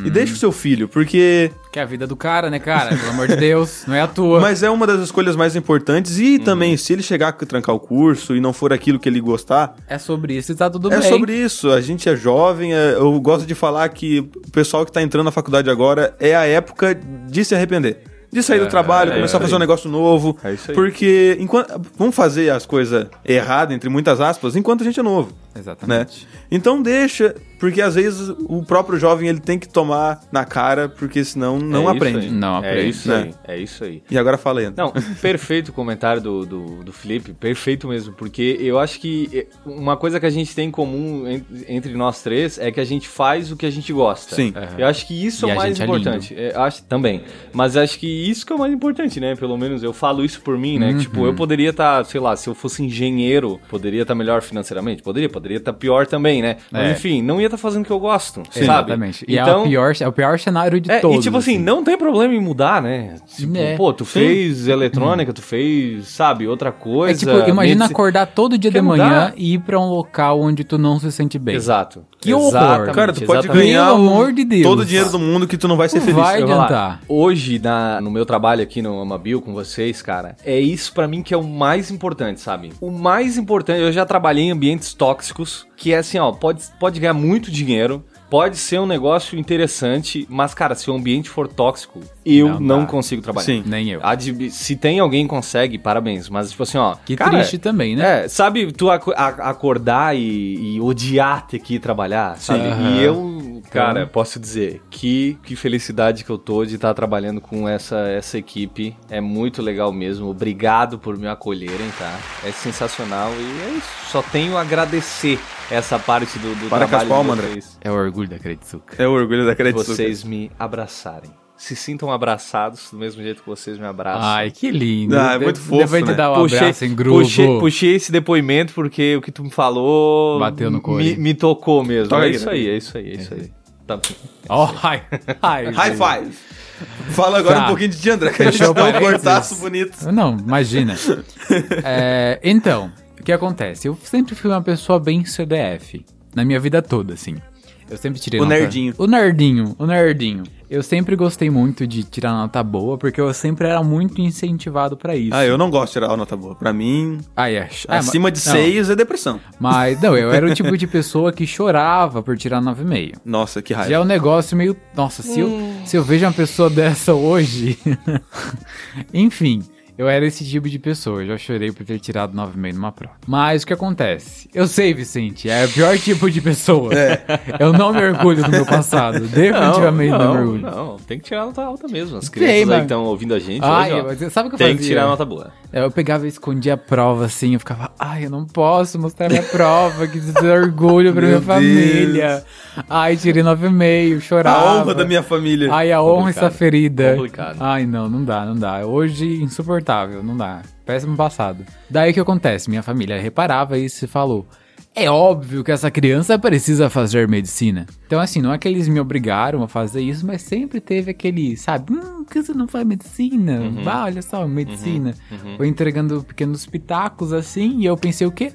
[SPEAKER 2] e deixa o seu filho, porque
[SPEAKER 3] Que é a vida do cara, né, cara? Pelo amor de Deus, não é a tua.
[SPEAKER 2] Mas é uma das escolhas mais importantes.
[SPEAKER 4] Uhum.
[SPEAKER 2] E também, se ele chegar a trancar o curso e não for aquilo que ele gostar,
[SPEAKER 3] É sobre isso e tá tudo
[SPEAKER 2] é
[SPEAKER 3] bem.
[SPEAKER 2] sobre isso. A gente é jovem. é- eu gosto de falar que o pessoal que tá entrando na faculdade agora é a época de se arrepender. De sair do trabalho, começar a fazer um negócio novo.
[SPEAKER 4] É isso aí.
[SPEAKER 2] Porque enquanto, vamos fazer as coisas erradas, entre muitas aspas, enquanto a gente é novo. Né?
[SPEAKER 3] Exatamente.
[SPEAKER 2] Então deixa, porque às vezes o próprio jovem ele tem que tomar na cara, porque senão não
[SPEAKER 4] É isso
[SPEAKER 2] aprende.
[SPEAKER 4] aí.
[SPEAKER 3] Não
[SPEAKER 4] É
[SPEAKER 3] aprende,
[SPEAKER 4] isso
[SPEAKER 2] né?
[SPEAKER 4] aí. É isso aí.
[SPEAKER 2] E agora fala, Ian.
[SPEAKER 4] Não, perfeito o comentário do, do, do Felipe, perfeito mesmo, porque eu acho que eh, uma coisa que a gente tem em comum en- entre nós três é que a gente faz o que a gente gosta.
[SPEAKER 2] Sim.
[SPEAKER 4] Eu acho que isso
[SPEAKER 3] E
[SPEAKER 4] é
[SPEAKER 3] a
[SPEAKER 4] o mais
[SPEAKER 3] gente é
[SPEAKER 4] importante. É, acho também. Mas acho que isso que é o mais importante, né? Pelo menos eu falo isso por mim, né? Tipo, eu
[SPEAKER 3] Uhum.
[SPEAKER 4] poderia estar, sei lá, se eu fosse engenheiro, poderia estar melhor financeiramente, poderia, poderia estar pior também, né? Mas
[SPEAKER 3] É.
[SPEAKER 4] enfim, não ia estar fazendo o que eu gosto,
[SPEAKER 3] Sim,
[SPEAKER 4] sabe? Então,
[SPEAKER 3] Exatamente. E é, o pior, é o pior cenário de
[SPEAKER 4] É,
[SPEAKER 3] todos.
[SPEAKER 4] e tipo assim, não tem problema em mudar, né? Tipo,
[SPEAKER 3] É.
[SPEAKER 4] pô, tu
[SPEAKER 2] Sim.
[SPEAKER 4] fez eletrônica, tu fez, sabe, outra coisa.
[SPEAKER 3] É tipo, imagina
[SPEAKER 4] medici-
[SPEAKER 3] acordar todo dia
[SPEAKER 4] Quer
[SPEAKER 3] de manhã
[SPEAKER 4] mudar?
[SPEAKER 3] e ir pra um local onde tu não se sente bem.
[SPEAKER 4] Exato.
[SPEAKER 3] Que horror.
[SPEAKER 4] Exatamente,
[SPEAKER 2] Cara, tu pode
[SPEAKER 4] exatamente.
[SPEAKER 2] ganhar
[SPEAKER 3] Pelo
[SPEAKER 2] o-
[SPEAKER 3] amor de Deus.
[SPEAKER 2] todo o dinheiro do mundo que tu não vai ser
[SPEAKER 3] Não
[SPEAKER 2] feliz.
[SPEAKER 3] vai
[SPEAKER 4] Eu vou lá.
[SPEAKER 3] adiantar.
[SPEAKER 4] Hoje, na, no meu trabalho aqui no Amabil com vocês, cara, é isso pra mim que é o mais importante, sabe? O mais importante, eu já trabalhei em ambientes tóxicos, que é assim, ó, pode, pode ganhar muito dinheiro, pode ser um negócio interessante, mas, cara, se o ambiente for tóxico, eu
[SPEAKER 3] Não
[SPEAKER 4] não,
[SPEAKER 3] dá.
[SPEAKER 4] consigo trabalhar.
[SPEAKER 2] Sim.
[SPEAKER 3] Nem eu.
[SPEAKER 4] Admi- Se tem alguém que consegue, parabéns. Mas, tipo assim, ó.
[SPEAKER 3] Que
[SPEAKER 4] cara,
[SPEAKER 3] triste também, né?
[SPEAKER 4] É, sabe, tu aco- a- acordar e, e odiar ter que ir trabalhar, sabe?
[SPEAKER 3] Aham.
[SPEAKER 4] E eu,
[SPEAKER 2] Então
[SPEAKER 4] cara, posso dizer que, que felicidade que eu tô de estar trabalhando com essa, essa equipe. É muito legal mesmo. Obrigado por me acolherem, tá? É sensacional e é isso. Só tenho a agradecer essa parte do, do
[SPEAKER 2] Para com as
[SPEAKER 4] trabalho
[SPEAKER 2] palmas,
[SPEAKER 4] de
[SPEAKER 2] André.
[SPEAKER 4] vocês.
[SPEAKER 3] É o orgulho da Kretsuka.
[SPEAKER 2] É o orgulho da Credit Suisse.
[SPEAKER 4] Vocês me abraçarem. Se sintam abraçados do mesmo jeito que vocês me abraçam.
[SPEAKER 3] Ai, que lindo.
[SPEAKER 2] Ah, é
[SPEAKER 3] De-
[SPEAKER 2] muito fofo,
[SPEAKER 3] Depois de
[SPEAKER 2] né?
[SPEAKER 3] dar um abraço em grupo.
[SPEAKER 4] Puxei, puxei esse depoimento porque o que tu me falou
[SPEAKER 3] Bateu no couro.
[SPEAKER 4] me, me tocou mesmo.
[SPEAKER 2] Toca
[SPEAKER 4] é
[SPEAKER 2] aqui,
[SPEAKER 4] isso
[SPEAKER 2] né?
[SPEAKER 4] aí, é isso aí, é isso aí. Tá.
[SPEAKER 3] Ó, Oh, hi. Hi.
[SPEAKER 2] High five! Fala agora
[SPEAKER 3] Tá.
[SPEAKER 2] um pouquinho de Diandra, que a gente
[SPEAKER 3] Fechou
[SPEAKER 2] deu
[SPEAKER 3] o
[SPEAKER 2] um
[SPEAKER 3] parênteses?
[SPEAKER 2] cortaço bonito.
[SPEAKER 3] Não, imagina. É, então, o que acontece? Eu sempre fui uma pessoa bem CDF. Na minha vida toda, assim. Eu sempre tirei
[SPEAKER 2] O
[SPEAKER 3] nota...
[SPEAKER 2] nerdinho.
[SPEAKER 3] O nerdinho, o nerdinho. Eu sempre gostei muito de tirar nota boa, porque eu sempre era muito incentivado pra isso.
[SPEAKER 2] Ah, eu não gosto de tirar nota boa. Pra mim,
[SPEAKER 3] Ah, é. Ah,
[SPEAKER 2] acima
[SPEAKER 3] ma-
[SPEAKER 2] de
[SPEAKER 3] não,
[SPEAKER 2] 6 é depressão.
[SPEAKER 3] Mas, não, eu era o tipo de pessoa que chorava por tirar 9,5.
[SPEAKER 2] Nossa, que
[SPEAKER 3] Já é
[SPEAKER 2] raiva.
[SPEAKER 3] um negócio meio. Nossa, se, eu, se eu vejo uma pessoa dessa hoje. Enfim, eu era esse tipo de pessoa. Eu já chorei por ter tirado 9,5 numa prova. Mas o que acontece? Eu sei, Vicente, é o pior tipo de pessoa. Eu não me orgulho do meu passado. Definitivamente não, me
[SPEAKER 4] não,
[SPEAKER 3] orgulho.
[SPEAKER 4] não, tem que tirar nota alta mesmo. As
[SPEAKER 3] Tem,
[SPEAKER 4] crianças aí
[SPEAKER 3] mas-
[SPEAKER 4] que estão ouvindo a gente
[SPEAKER 3] Ai,
[SPEAKER 4] hoje, ó,
[SPEAKER 3] mas sabe o que eu
[SPEAKER 4] tem que
[SPEAKER 3] fazia?
[SPEAKER 4] tirar nota boa.
[SPEAKER 3] É, Eu pegava e escondia a prova, assim, eu ficava, ai, eu não posso mostrar minha prova, que desorgulho pra minha
[SPEAKER 2] Meu
[SPEAKER 3] família. Ai, tirei 9,5,
[SPEAKER 2] A
[SPEAKER 3] chorava.
[SPEAKER 2] honra da minha família.
[SPEAKER 3] Ai, a honra está
[SPEAKER 4] Complicado.
[SPEAKER 3] ferida.
[SPEAKER 4] Complicado.
[SPEAKER 3] Ai, não, não dá, não dá. Hoje, insuportável, não dá. Péssimo passado. Daí o que acontece? Minha família reparava isso e falou: É óbvio que essa criança precisa fazer medicina. Então, assim, não é que eles me obrigaram a fazer isso, mas sempre teve aquele, sabe? Hum, por que você não faz medicina?
[SPEAKER 4] Uhum.
[SPEAKER 3] Ah, olha só, medicina. Foi entregando pequenos pitacos assim, e eu pensei o quê?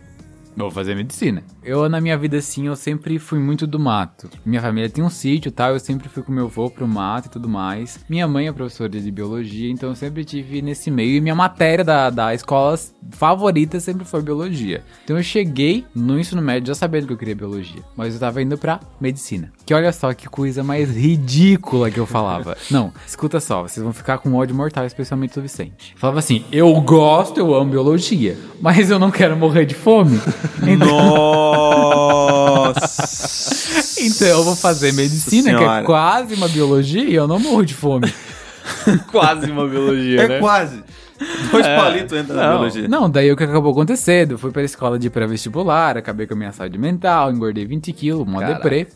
[SPEAKER 3] Vou fazer medicina. Eu, na minha vida, assim, eu sempre fui muito do mato. Minha família tem um sítio e tal, eu sempre fui com meu avô pro mato e tudo mais. Minha mãe é professora de biologia, então eu sempre tive nesse meio. E minha matéria da, da escola favorita sempre foi biologia. Então eu cheguei no ensino médio já sabendo que eu queria biologia. Mas eu tava indo pra medicina. Que olha só que coisa mais ridícula que eu falava. Não, escuta só, vocês vão ficar com ódio mortal, especialmente do Vicente. Falava assim, eu gosto, eu amo biologia, mas eu não quero morrer de fome.
[SPEAKER 2] Nossa!
[SPEAKER 3] Então eu vou fazer medicina, que é
[SPEAKER 2] Senhora.
[SPEAKER 3] quase uma biologia, e eu não morro de fome.
[SPEAKER 4] Quase uma biologia,
[SPEAKER 3] né?
[SPEAKER 2] É quase. Dois palitos entra na biologia.
[SPEAKER 3] É. Não, daí o que acabou acontecendo? Eu fui pra escola de pré-vestibular, acabei com a minha saúde mental, engordei 20 quilos, mó
[SPEAKER 4] Caraca.
[SPEAKER 3] deprê.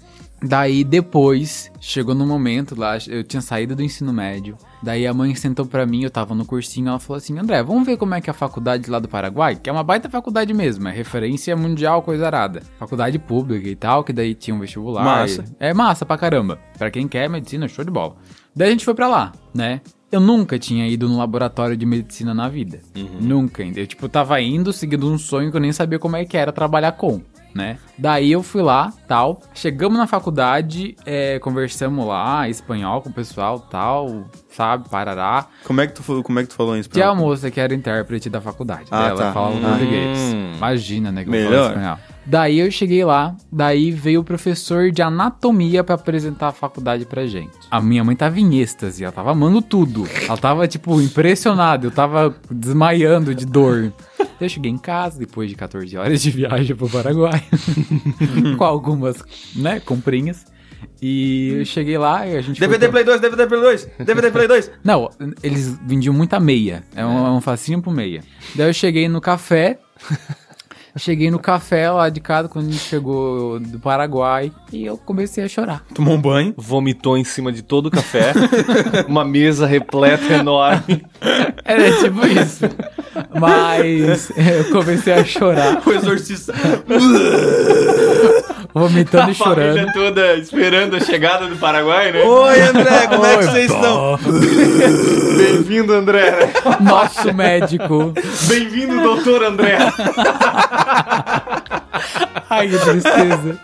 [SPEAKER 3] Daí depois, chegou no momento lá, eu tinha saído do ensino médio. Daí a mãe sentou pra mim, eu tava no cursinho, ela falou assim: André, vamos ver como é que é a faculdade lá do Paraguai, que é uma baita faculdade mesmo, é referência mundial, coisa arada. Faculdade pública e tal, que daí tinha um vestibular.
[SPEAKER 2] Massa.
[SPEAKER 3] e- É massa pra caramba. Pra quem quer medicina, show de bola. Daí a gente foi pra lá, né? eu nunca tinha ido no laboratório de medicina na vida. Nunca ainda. Eu, tipo, tava indo seguindo um sonho que eu nem sabia como é que era trabalhar com, né? Daí eu fui lá, tal. Chegamos na faculdade, é, conversamos lá, espanhol com o pessoal, tal, sabe, parará.
[SPEAKER 2] Como é que tu, fa- como é que tu falou em
[SPEAKER 3] Tinha a
[SPEAKER 2] espanhol?
[SPEAKER 3] moça que era intérprete da faculdade.
[SPEAKER 2] Ah,
[SPEAKER 3] Ah, ela
[SPEAKER 2] tá.
[SPEAKER 3] falava
[SPEAKER 2] Hum.
[SPEAKER 3] português. Imagina, né? Que eu
[SPEAKER 2] Melhor.
[SPEAKER 3] falo espanhol. Daí eu cheguei lá, daí veio o professor de anatomia pra apresentar a faculdade pra gente. A minha mãe tava em êxtase, ela tava amando tudo. Ela tava, tipo, impressionada, eu tava desmaiando de dor. Eu cheguei em casa depois de 14 horas de viagem pro Paraguai, com algumas, né, comprinhas. E eu cheguei lá e a gente. foi
[SPEAKER 2] DVD
[SPEAKER 3] pra-
[SPEAKER 2] Play 2, DVD Play 2, DVD Play 2.
[SPEAKER 3] não, eles vendiam muita meia. É um, é um facinho pro meia. Daí eu cheguei no café. cheguei no café lá de casa quando a gente chegou do Paraguai. E eu comecei a chorar.
[SPEAKER 2] Tomou um banho.
[SPEAKER 4] Vomitou em cima de todo o café. uma mesa repleta enorme.
[SPEAKER 3] Era tipo isso. Mas é, eu comecei a chorar,
[SPEAKER 2] O exorcista.
[SPEAKER 3] vomitando
[SPEAKER 4] Tá
[SPEAKER 7] família
[SPEAKER 3] e
[SPEAKER 4] né?
[SPEAKER 3] chorando.
[SPEAKER 7] toda esperando a chegada do Paraguai, né?
[SPEAKER 2] Oi, André, como é que vocês estão?
[SPEAKER 4] Bem-vindo, André.
[SPEAKER 3] Nosso médico.
[SPEAKER 4] Bem-vindo, doutor André.
[SPEAKER 3] Ai, que tristeza.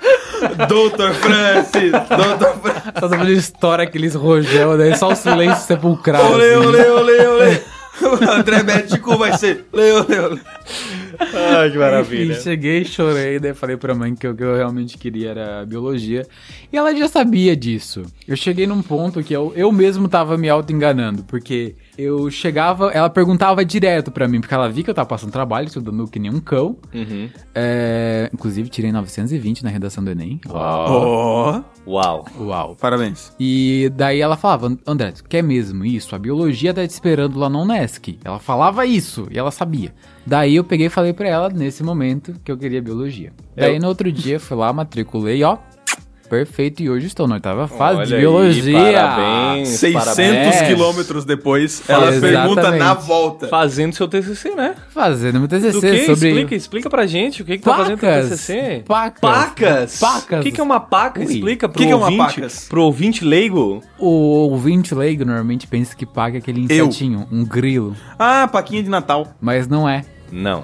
[SPEAKER 2] Dr. Francis, Dr. Francis.
[SPEAKER 3] Tá todo mundo estoura aqueles rogel, daí só o silêncio sepulcral.
[SPEAKER 2] Olê,
[SPEAKER 3] assim.
[SPEAKER 2] olê, olê, olê. O André médico vai ser. Olê, olê, olê.
[SPEAKER 4] Ai, que maravilha.
[SPEAKER 3] Enfim, cheguei, chorei, daí falei pra mãe que o que eu realmente queria era biologia. E ela já sabia disso. Eu cheguei num ponto que eu, eu mesmo tava me auto-enganando, porque eu chegava, ela perguntava direto pra mim, porque ela via que eu tava passando trabalho, estudando que nem um cão.
[SPEAKER 4] Uhum.
[SPEAKER 3] É, inclusive, tirei 920 na redação do Enem.
[SPEAKER 2] Ó,
[SPEAKER 4] Uau.
[SPEAKER 3] Uau.
[SPEAKER 2] parabéns.
[SPEAKER 3] E daí ela falava, André, tu quer mesmo isso? A biologia tá te esperando lá na Unesc. Ela falava isso e ela sabia. Daí eu peguei e falei pra ela, nesse momento, que eu queria biologia. Daí no outro dia fui lá, matriculei, ó. Perfeito, e hoje estou na oitava fase
[SPEAKER 4] Olha
[SPEAKER 3] de
[SPEAKER 4] aí,
[SPEAKER 3] biologia.
[SPEAKER 4] parabéns,
[SPEAKER 2] 600
[SPEAKER 4] parabéns.
[SPEAKER 2] quilômetros depois, ela pergunta
[SPEAKER 3] Exatamente.
[SPEAKER 2] na volta.
[SPEAKER 4] Fazendo seu TCC, né?
[SPEAKER 3] Fazendo meu TCC
[SPEAKER 4] Do que?
[SPEAKER 3] sobre.
[SPEAKER 4] Explica, explica pra gente o que, que tá fazendo teu
[SPEAKER 3] Pacas,
[SPEAKER 4] TCC.
[SPEAKER 3] pacas,
[SPEAKER 4] Pacas?
[SPEAKER 3] Pacas.
[SPEAKER 4] O que, que é uma paca?
[SPEAKER 3] Ui.
[SPEAKER 4] Explica pro
[SPEAKER 2] Que que é uma
[SPEAKER 4] ouvinte.
[SPEAKER 2] pacas?
[SPEAKER 4] Pro ouvinte leigo.
[SPEAKER 3] O ouvinte leigo normalmente pensa que paga aquele
[SPEAKER 2] Eu.
[SPEAKER 3] insetinho, um grilo,
[SPEAKER 2] Ah, paquinha de Natal.
[SPEAKER 3] mas não é.
[SPEAKER 4] Não.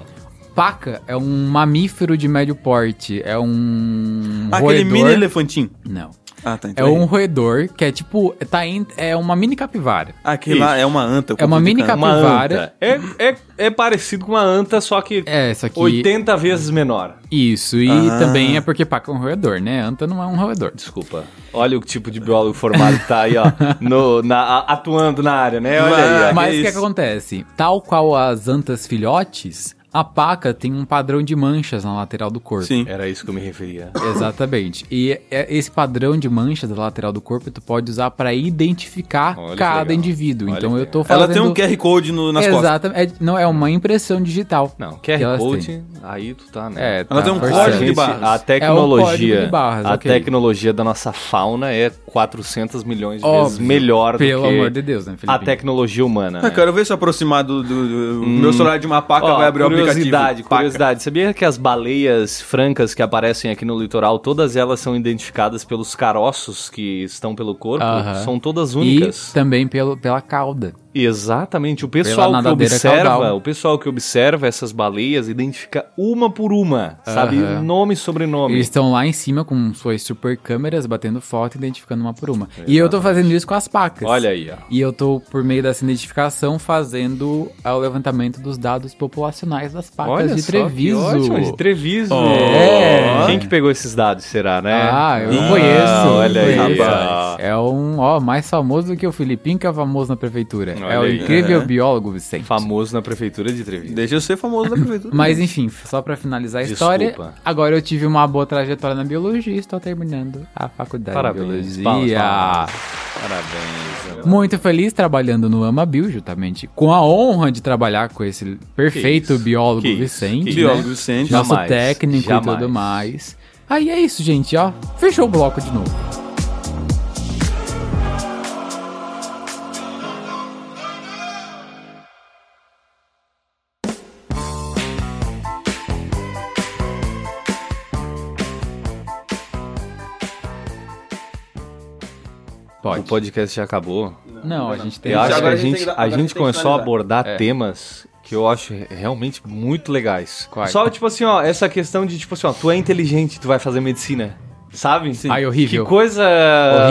[SPEAKER 3] Paca é um mamífero de médio porte, é um
[SPEAKER 2] Aquele
[SPEAKER 3] roedor-
[SPEAKER 2] mini elefantinho.
[SPEAKER 3] Não.
[SPEAKER 2] Ah, tá, então.
[SPEAKER 3] É um roedor que é tipo, tá em, é uma mini capivara.
[SPEAKER 2] Aquele
[SPEAKER 4] Isso.
[SPEAKER 2] lá é uma anta. eu
[SPEAKER 3] É uma
[SPEAKER 2] confundi,
[SPEAKER 3] mini
[SPEAKER 2] cara.
[SPEAKER 4] Uma
[SPEAKER 3] Capivara.
[SPEAKER 4] anta. É, é, é parecido com uma anta, só que
[SPEAKER 3] É, só que
[SPEAKER 4] 80 vezes menor.
[SPEAKER 3] isso e
[SPEAKER 2] Ah.
[SPEAKER 3] também é porque paca é um roedor, né? Anta não é um roedor.
[SPEAKER 4] Desculpa. Olha o tipo de biólogo formado que tá aí, ó. no- na- a- atuando na área, né? Olha aí. ó.
[SPEAKER 3] Mas o que,
[SPEAKER 2] isso.
[SPEAKER 3] é que acontece? Tal qual as antas filhotes, a paca tem um padrão de manchas na lateral do corpo.
[SPEAKER 2] Sim.
[SPEAKER 4] Era isso que eu me referia.
[SPEAKER 3] Exatamente. E é- esse padrão de manchas da lateral do corpo tu pode usar pra identificar
[SPEAKER 4] Olha que
[SPEAKER 3] cada
[SPEAKER 4] legal.
[SPEAKER 3] indivíduo.
[SPEAKER 4] Olha
[SPEAKER 3] então
[SPEAKER 4] que
[SPEAKER 3] eu tô fazendo
[SPEAKER 2] Ela tem um QR Code no- nas costas.
[SPEAKER 3] Exatamente. É- não, é uma impressão digital.
[SPEAKER 4] Não,
[SPEAKER 3] que
[SPEAKER 4] QR
[SPEAKER 3] elas têm.
[SPEAKER 4] Code, aí tu tá, né?
[SPEAKER 3] É,
[SPEAKER 2] Ela
[SPEAKER 3] tá
[SPEAKER 2] tem um
[SPEAKER 4] A
[SPEAKER 3] forçando.
[SPEAKER 2] código de
[SPEAKER 4] gente-
[SPEAKER 2] barras.
[SPEAKER 4] A
[SPEAKER 3] É o código
[SPEAKER 4] tecnologia,
[SPEAKER 3] de barras,
[SPEAKER 4] a
[SPEAKER 3] ok.
[SPEAKER 4] tecnologia da nossa fauna é 400 milhões de vezes
[SPEAKER 3] Óbvio,
[SPEAKER 4] melhor do
[SPEAKER 3] Pelo
[SPEAKER 4] que
[SPEAKER 3] amor de Deus, né, Felipe?
[SPEAKER 4] a tecnologia humana.
[SPEAKER 2] Ah,
[SPEAKER 4] né?
[SPEAKER 2] quero ver se aproximar do, do- do-
[SPEAKER 3] Hum.
[SPEAKER 2] meu celular de uma paca
[SPEAKER 4] Ó,
[SPEAKER 2] vai abrir o aplicativo.
[SPEAKER 4] curiosidade,
[SPEAKER 2] Paca.
[SPEAKER 4] curiosidade. Sabia que as baleias francas que aparecem aqui no litoral, todas elas são identificadas pelos caroços que estão pelo corpo?
[SPEAKER 3] Aham.
[SPEAKER 4] São todas
[SPEAKER 3] E tá-
[SPEAKER 4] únicas.
[SPEAKER 3] também pelo, pela cauda.
[SPEAKER 4] Exatamente. O pessoal que
[SPEAKER 3] nadadeira
[SPEAKER 4] observa,
[SPEAKER 3] caudal.
[SPEAKER 4] o pessoal que observa essas baleias identifica uma por uma, sabe?
[SPEAKER 3] Aham.
[SPEAKER 4] Nome e sobrenome.
[SPEAKER 3] Eles estão lá em cima com suas super câmeras, batendo foto e identificando uma por uma. E eu tô fazendo isso com as pacas.
[SPEAKER 4] Olha aí, ó.
[SPEAKER 3] E eu tô, por meio dessa identificação, fazendo ah, o levantamento dos dados populacionais das pacas
[SPEAKER 4] Olha
[SPEAKER 3] de
[SPEAKER 4] só,
[SPEAKER 3] Treviso.
[SPEAKER 4] que ótimo, de Treviso.
[SPEAKER 3] É.
[SPEAKER 4] Quem que pegou esses dados, será, né?
[SPEAKER 3] Ah, eu
[SPEAKER 4] Ah,
[SPEAKER 3] conheço.
[SPEAKER 4] Olha aí,
[SPEAKER 3] conheço.
[SPEAKER 4] rapaz.
[SPEAKER 3] É um, ó, mais famoso do que o Filipinho, que é famoso na prefeitura. é
[SPEAKER 4] Olha
[SPEAKER 3] o
[SPEAKER 4] aí.
[SPEAKER 3] incrível biólogo Vicente.
[SPEAKER 4] Famoso na prefeitura de Treviso.
[SPEAKER 2] Deixa eu ser famoso da prefeitura.
[SPEAKER 3] Mas enfim, só pra finalizar a
[SPEAKER 4] Desculpa.
[SPEAKER 3] história, agora eu tive uma boa trajetória na biologia e estou terminando a faculdade
[SPEAKER 4] Parabéns.
[SPEAKER 3] de biologia.
[SPEAKER 4] Palmas, palmas. Parabéns. Ana.
[SPEAKER 3] Muito feliz trabalhando no Amabil, justamente, com a honra de trabalhar com esse perfeito
[SPEAKER 4] isso,
[SPEAKER 3] biólogo
[SPEAKER 4] que isso,
[SPEAKER 3] Vicente,
[SPEAKER 4] que
[SPEAKER 2] Biólogo
[SPEAKER 3] né?
[SPEAKER 2] Vicente.
[SPEAKER 3] nosso
[SPEAKER 4] Jamais,
[SPEAKER 3] técnico e
[SPEAKER 4] jamais.
[SPEAKER 3] tudo mais. Aí é isso, gente, ó. Fechou o bloco de novo.
[SPEAKER 4] O
[SPEAKER 3] Pode.
[SPEAKER 4] podcast já acabou.
[SPEAKER 3] Não, a gente tem.
[SPEAKER 4] Eu acho que
[SPEAKER 2] agora
[SPEAKER 4] a
[SPEAKER 2] a gente tem
[SPEAKER 4] gente,
[SPEAKER 2] que dar-
[SPEAKER 4] a
[SPEAKER 2] agora a gente
[SPEAKER 4] gente
[SPEAKER 2] tem que
[SPEAKER 4] começou
[SPEAKER 2] finalizar.
[SPEAKER 4] a
[SPEAKER 2] É.
[SPEAKER 4] abordar temas que eu acho re- realmente muito legais.
[SPEAKER 3] Quais?
[SPEAKER 4] Só, tipo assim, ó, essa questão de, tipo assim, ó, tu é inteligente, tu vai fazer medicina. Sabe?
[SPEAKER 3] Ai, horrível.
[SPEAKER 4] Que coisa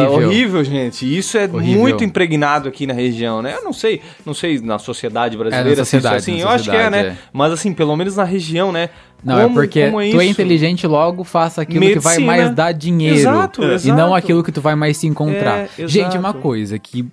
[SPEAKER 3] Horrível.
[SPEAKER 4] horrível, gente. E Isso é
[SPEAKER 3] Horrível.
[SPEAKER 4] muito impregnado aqui na região, né? Eu não sei, não sei na sociedade brasileira, se isso
[SPEAKER 3] É, sociedade,
[SPEAKER 4] assim,
[SPEAKER 3] na
[SPEAKER 4] eu acho que é,
[SPEAKER 3] sociedade,
[SPEAKER 4] né?
[SPEAKER 3] é.
[SPEAKER 4] Mas assim, pelo menos na região, né?
[SPEAKER 3] Não, é porque tu é inteligente, logo faça aquilo que vai
[SPEAKER 4] Medicina.
[SPEAKER 3] mais dar dinheiro.
[SPEAKER 4] Exato,
[SPEAKER 3] E não
[SPEAKER 4] exato.
[SPEAKER 3] aquilo que tu vai mais se encontrar.
[SPEAKER 4] É,
[SPEAKER 3] Gente,
[SPEAKER 4] exato.
[SPEAKER 3] uma coisa que,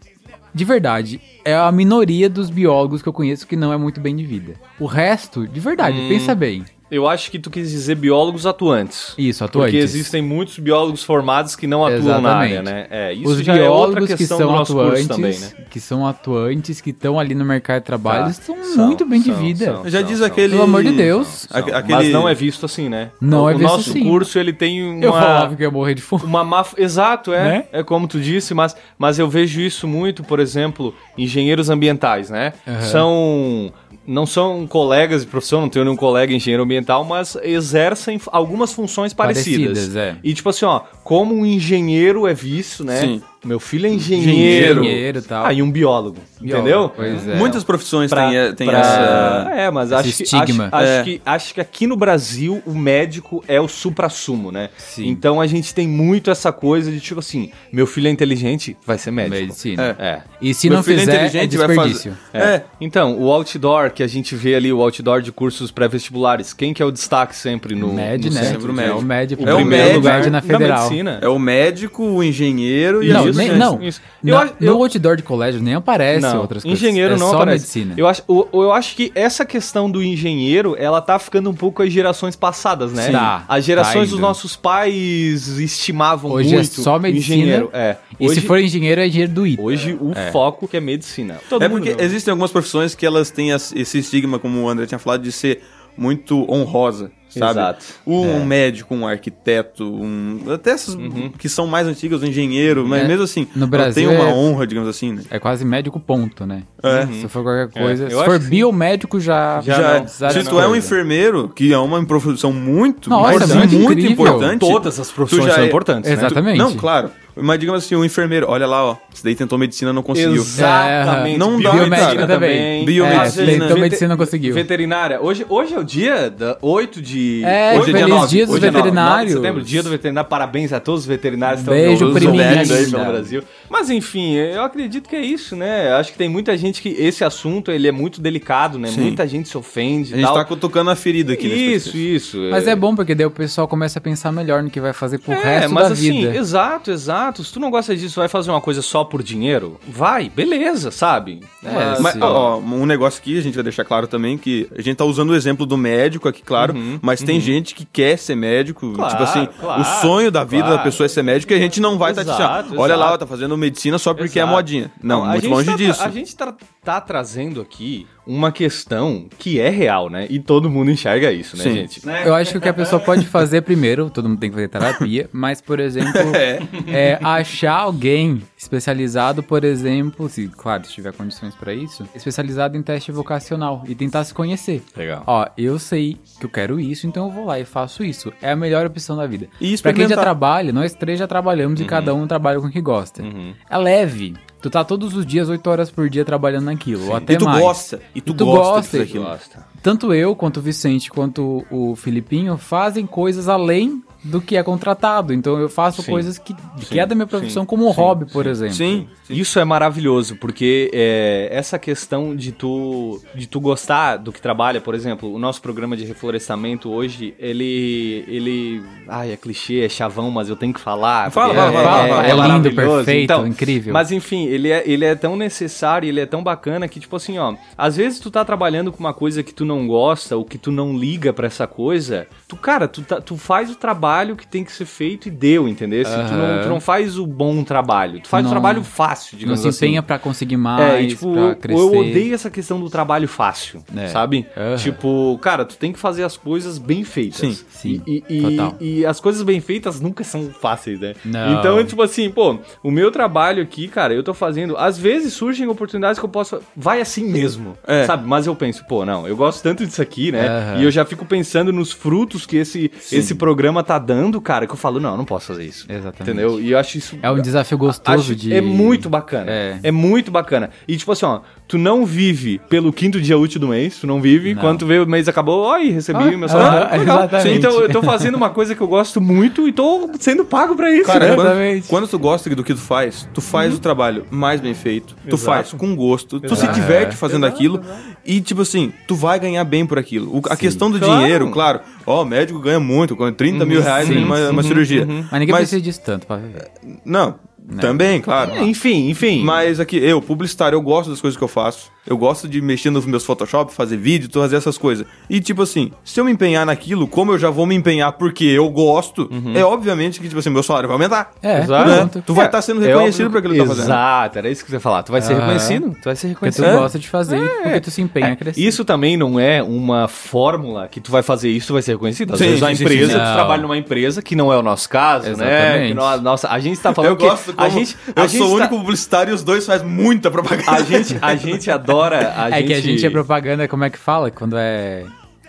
[SPEAKER 3] de verdade, é a minoria dos biólogos que eu conheço que não é muito bem de vida. O resto, de verdade,
[SPEAKER 4] Hum.
[SPEAKER 3] pensa bem.
[SPEAKER 4] Eu acho que tu quis dizer biólogos atuantes.
[SPEAKER 3] Isso, atuantes.
[SPEAKER 4] Porque existem muitos biólogos formados que não atuam na
[SPEAKER 3] Exatamente.
[SPEAKER 4] área, né? É, isso
[SPEAKER 3] Os
[SPEAKER 4] já é outra
[SPEAKER 3] biólogos que
[SPEAKER 4] questão do
[SPEAKER 3] são
[SPEAKER 4] nosso
[SPEAKER 3] atuantes,
[SPEAKER 4] curso também, né?
[SPEAKER 3] que são atuantes, que estão ali no mercado de trabalho,
[SPEAKER 4] Tá,
[SPEAKER 3] eles estão
[SPEAKER 4] são,
[SPEAKER 3] muito bem de
[SPEAKER 4] são,
[SPEAKER 3] vida.
[SPEAKER 4] são.
[SPEAKER 2] Já
[SPEAKER 4] Não,
[SPEAKER 2] diz
[SPEAKER 4] não,
[SPEAKER 2] aquele.
[SPEAKER 3] Pelo amor de Deus.
[SPEAKER 2] aque-
[SPEAKER 4] Não,
[SPEAKER 2] aquele...
[SPEAKER 4] Mas não é visto assim, né?
[SPEAKER 3] Não
[SPEAKER 4] o
[SPEAKER 3] é visto
[SPEAKER 4] nosso
[SPEAKER 3] assim.
[SPEAKER 4] curso, ele tem uma...
[SPEAKER 3] Eu falava que eu ia morrer de fome.
[SPEAKER 4] Uma má... Exato, é.
[SPEAKER 3] Né?
[SPEAKER 4] É como tu disse, mas, mas eu vejo isso muito, por exemplo, engenheiros ambientais, né?
[SPEAKER 3] Aham.
[SPEAKER 4] São... Não são colegas de profissão, não tenho nenhum colega engenheiro ambiental, mas exercem f- algumas funções parecidas.
[SPEAKER 3] Parecidas, é.
[SPEAKER 4] E tipo assim, ó, como um engenheiro é visto, né?
[SPEAKER 2] Sim.
[SPEAKER 4] Meu filho é engenheiro.
[SPEAKER 3] Engenheiro e tal.
[SPEAKER 4] Ah, e um biólogo,
[SPEAKER 3] Biólogo,
[SPEAKER 4] entendeu?
[SPEAKER 3] Pois é.
[SPEAKER 2] Muitas profissões
[SPEAKER 4] Pra-
[SPEAKER 2] têm, eh, têm
[SPEAKER 4] pra-
[SPEAKER 2] essa.
[SPEAKER 4] É, mas
[SPEAKER 3] esse
[SPEAKER 4] acho que,
[SPEAKER 3] estigma.
[SPEAKER 4] acho- acho
[SPEAKER 2] É.
[SPEAKER 4] que- acho que aqui no Brasil o médico é o supra-sumo, né?
[SPEAKER 3] Sim.
[SPEAKER 4] Então a gente tem muito essa coisa de tipo assim, meu filho é inteligente, vai ser médico.
[SPEAKER 3] Medicina.
[SPEAKER 4] É.
[SPEAKER 3] E se
[SPEAKER 2] Meu
[SPEAKER 3] não
[SPEAKER 2] filho é
[SPEAKER 3] fizer, é
[SPEAKER 2] inteligente, vai fazer-
[SPEAKER 3] desperdício.
[SPEAKER 4] É.
[SPEAKER 2] É.
[SPEAKER 4] Então, o outdoor que a gente vê ali, o outdoor de cursos pré-vestibulares, quem que é o destaque sempre no,
[SPEAKER 3] Med,
[SPEAKER 4] no
[SPEAKER 3] né?
[SPEAKER 4] centro?
[SPEAKER 2] centro médio.
[SPEAKER 3] É o Med,
[SPEAKER 2] É o
[SPEAKER 3] primeiro
[SPEAKER 2] Med,
[SPEAKER 3] lugar
[SPEAKER 2] né?
[SPEAKER 3] na
[SPEAKER 4] Da
[SPEAKER 3] federal.
[SPEAKER 4] medicina. é
[SPEAKER 2] É o médico, o engenheiro e
[SPEAKER 3] Não,
[SPEAKER 2] a
[SPEAKER 4] Isso,
[SPEAKER 3] nem-
[SPEAKER 2] gente.
[SPEAKER 3] não.
[SPEAKER 4] isso.
[SPEAKER 3] Na-
[SPEAKER 4] Eu acho- eu-
[SPEAKER 3] No outdoor de colégio nem aparece
[SPEAKER 4] Não,
[SPEAKER 3] outras coisas.
[SPEAKER 4] Engenheiro
[SPEAKER 3] é
[SPEAKER 4] não
[SPEAKER 3] só
[SPEAKER 4] aparece.
[SPEAKER 3] medicina.
[SPEAKER 4] Eu acho, eu, eu acho que essa questão do engenheiro, ela tá ficando um pouco as gerações passadas, né?
[SPEAKER 3] Sim. Tá,
[SPEAKER 4] As gerações
[SPEAKER 3] tá
[SPEAKER 4] dos
[SPEAKER 3] indo.
[SPEAKER 4] nossos pais estimavam
[SPEAKER 3] Hoje é
[SPEAKER 4] muito
[SPEAKER 3] só medicina.
[SPEAKER 4] engenheiro. É.
[SPEAKER 3] E
[SPEAKER 4] Hoje,
[SPEAKER 3] se for engenheiro, é engenheiro do IT.
[SPEAKER 4] hoje o foco que é medicina. Todo
[SPEAKER 2] É
[SPEAKER 4] mundo
[SPEAKER 2] porque
[SPEAKER 4] não.
[SPEAKER 2] existem algumas profissões que elas têm as- esse estigma, como o André tinha falado, de ser muito honrosa, sabe?
[SPEAKER 4] Exato. É.
[SPEAKER 2] Um médico, um arquiteto, um até essas
[SPEAKER 4] Uhum.
[SPEAKER 2] que são mais antigas, um engenheiro, mas
[SPEAKER 3] É.
[SPEAKER 2] mesmo assim,
[SPEAKER 3] No
[SPEAKER 2] ela
[SPEAKER 3] Brasil
[SPEAKER 2] tem uma
[SPEAKER 3] é-
[SPEAKER 2] honra, digamos assim, né?
[SPEAKER 3] É quase médico ponto, né?
[SPEAKER 2] É.
[SPEAKER 3] Se for qualquer coisa.
[SPEAKER 4] Eu
[SPEAKER 3] Se
[SPEAKER 4] acho
[SPEAKER 3] for
[SPEAKER 4] que sim.
[SPEAKER 3] biomédico, já...
[SPEAKER 4] Já
[SPEAKER 2] Já-
[SPEAKER 4] não,
[SPEAKER 3] já
[SPEAKER 2] se
[SPEAKER 3] não.
[SPEAKER 2] tu é um enfermeiro, que é uma profissão muito,
[SPEAKER 3] Nossa,
[SPEAKER 2] mas
[SPEAKER 3] é muito
[SPEAKER 2] muito,
[SPEAKER 3] incrível.
[SPEAKER 2] importante.
[SPEAKER 4] Todas as profissões
[SPEAKER 2] tu já
[SPEAKER 4] são
[SPEAKER 2] é-
[SPEAKER 4] importantes, né?
[SPEAKER 3] Exatamente.
[SPEAKER 2] Não, claro. Mas digamos assim, um enfermeiro, olha lá, ó, esse daí tentou medicina, não conseguiu.
[SPEAKER 4] Exatamente.
[SPEAKER 2] É, não dá
[SPEAKER 3] Biomédica
[SPEAKER 2] Biomédica
[SPEAKER 3] também.
[SPEAKER 2] Biomedicina.
[SPEAKER 3] É, então
[SPEAKER 4] Vete-
[SPEAKER 3] medicina não conseguiu.
[SPEAKER 4] Veterinária. Hoje, hoje é o dia da 8 de...
[SPEAKER 3] É,
[SPEAKER 2] Hoje é dia
[SPEAKER 3] feliz
[SPEAKER 2] nove,
[SPEAKER 3] dia dos
[SPEAKER 2] hoje é nove, nove de
[SPEAKER 3] veterinários.
[SPEAKER 4] setembro, dia do veterinário. Parabéns a todos os veterinários que
[SPEAKER 3] Beijo,
[SPEAKER 4] nos ouvindo
[SPEAKER 3] priminhas.
[SPEAKER 4] aí pelo Brasil. Mas enfim, eu acredito que é isso, né? Acho que tem muita gente que esse assunto ele é muito delicado, né?
[SPEAKER 2] Sim.
[SPEAKER 4] Muita gente se ofende.
[SPEAKER 2] A
[SPEAKER 4] e
[SPEAKER 2] gente
[SPEAKER 4] tal.
[SPEAKER 2] tá cutucando a ferida aqui né, nesse
[SPEAKER 4] Isso,
[SPEAKER 2] podcast.
[SPEAKER 4] isso.
[SPEAKER 3] Mas é bom, porque daí o pessoal começa a pensar melhor no que vai fazer pro resto
[SPEAKER 4] mas
[SPEAKER 3] da
[SPEAKER 4] assim,
[SPEAKER 3] vida.
[SPEAKER 4] exato, exato. Se tu não gosta disso, vai fazer uma coisa só por dinheiro? Vai, beleza, sabe?
[SPEAKER 3] É,
[SPEAKER 2] Mas,
[SPEAKER 4] assim,
[SPEAKER 3] Sim.
[SPEAKER 2] ó, ó, um negócio aqui, a gente vai deixar claro também, que a gente tá usando o exemplo do médico aqui, claro, mas tem gente que quer ser médico,
[SPEAKER 4] Uhum, Claro,
[SPEAKER 2] tipo assim,
[SPEAKER 4] claro,
[SPEAKER 2] o sonho da vida
[SPEAKER 4] claro.
[SPEAKER 2] da pessoa é ser médico e a gente não vai estar tá
[SPEAKER 4] Exato,
[SPEAKER 2] dizendo, olha
[SPEAKER 4] exato.
[SPEAKER 2] lá, ó, tá fazendo medicina só porque
[SPEAKER 4] Exato.
[SPEAKER 2] é modinha. Não,
[SPEAKER 4] a
[SPEAKER 2] muito
[SPEAKER 4] gente
[SPEAKER 2] longe
[SPEAKER 4] tá tra-
[SPEAKER 2] disso.
[SPEAKER 4] A gente tá, tá trazendo aqui uma questão que é real, né? E todo mundo enxerga isso, né,
[SPEAKER 2] Sim.
[SPEAKER 4] gente?
[SPEAKER 3] Eu acho que o que a pessoa pode fazer primeiro, todo mundo tem que fazer terapia, mas, por exemplo, é achar alguém especializado, por exemplo, se, claro, se tiver condições pra isso, especializado em teste vocacional e tentar se conhecer.
[SPEAKER 4] Legal.
[SPEAKER 3] Ó, eu sei que eu quero isso, então eu vou lá e faço isso. É a melhor opção da vida.
[SPEAKER 2] E
[SPEAKER 3] Pra quem já
[SPEAKER 2] experimentar. Uhum.
[SPEAKER 3] trabalha, nós três já trabalhamos e cada um trabalha com o que gosta. É leve. Tu tá todos os dias, 8 horas por dia, trabalhando naquilo. Ou até
[SPEAKER 2] E tu
[SPEAKER 3] mais.
[SPEAKER 2] gosta, e tu,
[SPEAKER 3] E tu
[SPEAKER 2] gosta,
[SPEAKER 3] gosta,
[SPEAKER 2] disso aqui.
[SPEAKER 3] Tanto eu, quanto o Vicente, quanto o Filipinho fazem coisas além do que é contratado. Então eu faço
[SPEAKER 4] Sim.
[SPEAKER 3] coisas que, que
[SPEAKER 4] Sim,
[SPEAKER 3] é da minha profissão,
[SPEAKER 4] sim,
[SPEAKER 3] como um
[SPEAKER 4] sim,
[SPEAKER 3] hobby, por exemplo.
[SPEAKER 2] Sim,
[SPEAKER 4] Isso é maravilhoso, porque é, essa questão de tu, de tu gostar do que trabalha, por exemplo, o nosso programa de reflorestamento hoje, ele. ele. Ai, é clichê, é chavão, mas eu tenho que falar.
[SPEAKER 2] Fala,
[SPEAKER 4] porque
[SPEAKER 2] fala,
[SPEAKER 4] é,
[SPEAKER 2] fala,
[SPEAKER 4] é,
[SPEAKER 2] fala.
[SPEAKER 4] é
[SPEAKER 3] É lindo,
[SPEAKER 4] maravilhoso.
[SPEAKER 3] perfeito,
[SPEAKER 4] Então,
[SPEAKER 3] incrível.
[SPEAKER 4] Mas enfim, ele é, ele é tão necessário, ele é tão bacana que, tipo assim, ó, às vezes tu tá trabalhando com uma coisa que tu não gosta ou que tu não liga pra essa coisa, tu, cara, tu, tá- tu faz o trabalho que tem que ser feito e deu, entendeu? Se tu, não, tu não faz o bom trabalho, tu faz
[SPEAKER 3] Não-
[SPEAKER 4] o trabalho fácil,
[SPEAKER 3] não
[SPEAKER 4] digamos
[SPEAKER 3] se
[SPEAKER 4] assim.
[SPEAKER 3] empenha pra conseguir mais,
[SPEAKER 4] É, e, tipo,
[SPEAKER 3] pra
[SPEAKER 4] eu,
[SPEAKER 3] crescer.
[SPEAKER 4] eu odeio essa questão do trabalho fácil,
[SPEAKER 3] É.
[SPEAKER 4] sabe?
[SPEAKER 3] Aham.
[SPEAKER 4] Tipo, cara, tu tem que fazer as coisas bem feitas.
[SPEAKER 2] Sim,
[SPEAKER 3] sim,
[SPEAKER 4] E, e-
[SPEAKER 3] total.
[SPEAKER 4] e as coisas bem feitas nunca são fáceis, né?
[SPEAKER 3] Não.
[SPEAKER 4] Então, é tipo assim, pô, o meu trabalho aqui, cara, eu tô fazendo. Às vezes surgem oportunidades que eu posso. Vai assim mesmo,
[SPEAKER 2] É.
[SPEAKER 4] sabe? Mas eu penso, pô, não, eu gosto tanto disso aqui, né?
[SPEAKER 3] Aham.
[SPEAKER 4] E eu já fico pensando nos frutos que esse, esse programa tá dando, cara, que eu falo, não, eu não posso fazer isso.
[SPEAKER 3] Exatamente.
[SPEAKER 4] Entendeu? E eu acho isso.
[SPEAKER 3] É um desafio gostoso
[SPEAKER 4] Acho,
[SPEAKER 3] de.
[SPEAKER 4] É muito bacana. É.
[SPEAKER 3] É.
[SPEAKER 4] muito bacana. E tipo assim, ó, tu não vive pelo quinto dia útil do mês, tu não vive.
[SPEAKER 3] Não.
[SPEAKER 4] Quando tu vê o mês acabou, ai, recebi
[SPEAKER 3] Ah,
[SPEAKER 4] meu salário.
[SPEAKER 3] aham,
[SPEAKER 4] Legal.
[SPEAKER 3] exatamente.
[SPEAKER 4] Então eu tô fazendo uma coisa que eu gosto muito e tô sendo pago pra isso,
[SPEAKER 2] Cara,
[SPEAKER 4] né?
[SPEAKER 2] quando,
[SPEAKER 3] Exatamente.
[SPEAKER 2] quando tu gosta do que tu faz, tu faz o trabalho mais bem feito, tu
[SPEAKER 4] Exato.
[SPEAKER 2] faz com gosto, tu se
[SPEAKER 4] Exato.
[SPEAKER 2] diverte fazendo aquilo e, tipo assim, tu vai ganhar bem por aquilo. O- a questão do
[SPEAKER 4] Claro.
[SPEAKER 2] dinheiro, claro, ó, o médico ganha muito, ganha 30 mil reais
[SPEAKER 3] sim, Uhum.
[SPEAKER 2] numa numa cirurgia.
[SPEAKER 3] Mas ninguém
[SPEAKER 2] Mas-
[SPEAKER 3] precisa Né? disso tanto pra
[SPEAKER 4] É,
[SPEAKER 3] viver.
[SPEAKER 2] Não, também, claro.
[SPEAKER 4] Enfim, enfim.
[SPEAKER 2] Mas aqui, eu, publicitário, eu gosto das coisas que eu faço. Eu gosto de mexer nos meus Photoshop, fazer vídeo, tu fazer essas coisas. E, tipo assim, se eu me empenhar naquilo, como eu já vou me empenhar porque eu gosto, é obviamente que, tipo assim, meu salário vai aumentar.
[SPEAKER 3] É,
[SPEAKER 4] Exato.
[SPEAKER 2] né?
[SPEAKER 3] pronto.
[SPEAKER 2] Tu vai
[SPEAKER 4] Uhum. É,
[SPEAKER 2] estar sendo
[SPEAKER 4] é
[SPEAKER 2] reconhecido
[SPEAKER 4] óbvio-
[SPEAKER 2] por aquilo que tu tá fazendo. Ah.
[SPEAKER 4] Exato, era isso que você ia falar. Tu vai ser
[SPEAKER 3] Aham.
[SPEAKER 4] reconhecido, tu vai ser
[SPEAKER 3] Porque tu
[SPEAKER 4] reconhecido.
[SPEAKER 3] gosta de fazer e porque tu se empenha a crescer.
[SPEAKER 4] é? Isso também não é uma fórmula que tu vai fazer isso, tu vai ser reconhecido. Às
[SPEAKER 2] Sim,
[SPEAKER 4] vezes a
[SPEAKER 2] sim, sim,
[SPEAKER 4] empresa,
[SPEAKER 3] sim.
[SPEAKER 4] tu
[SPEAKER 3] Não.
[SPEAKER 4] trabalha numa empresa, que não é o nosso caso, né?
[SPEAKER 3] Exatamente.
[SPEAKER 4] Que nós- nossa, a gente tá falando
[SPEAKER 2] eu
[SPEAKER 4] que
[SPEAKER 2] gosto como,
[SPEAKER 4] a gente, a
[SPEAKER 2] Eu
[SPEAKER 4] gente
[SPEAKER 2] sou o
[SPEAKER 4] tá-
[SPEAKER 2] único publicitário e os dois fazem muita propaganda.
[SPEAKER 4] A gente, a gente adora. A
[SPEAKER 3] é
[SPEAKER 4] gente
[SPEAKER 3] que a gente é propaganda, como é que fala? Quando é,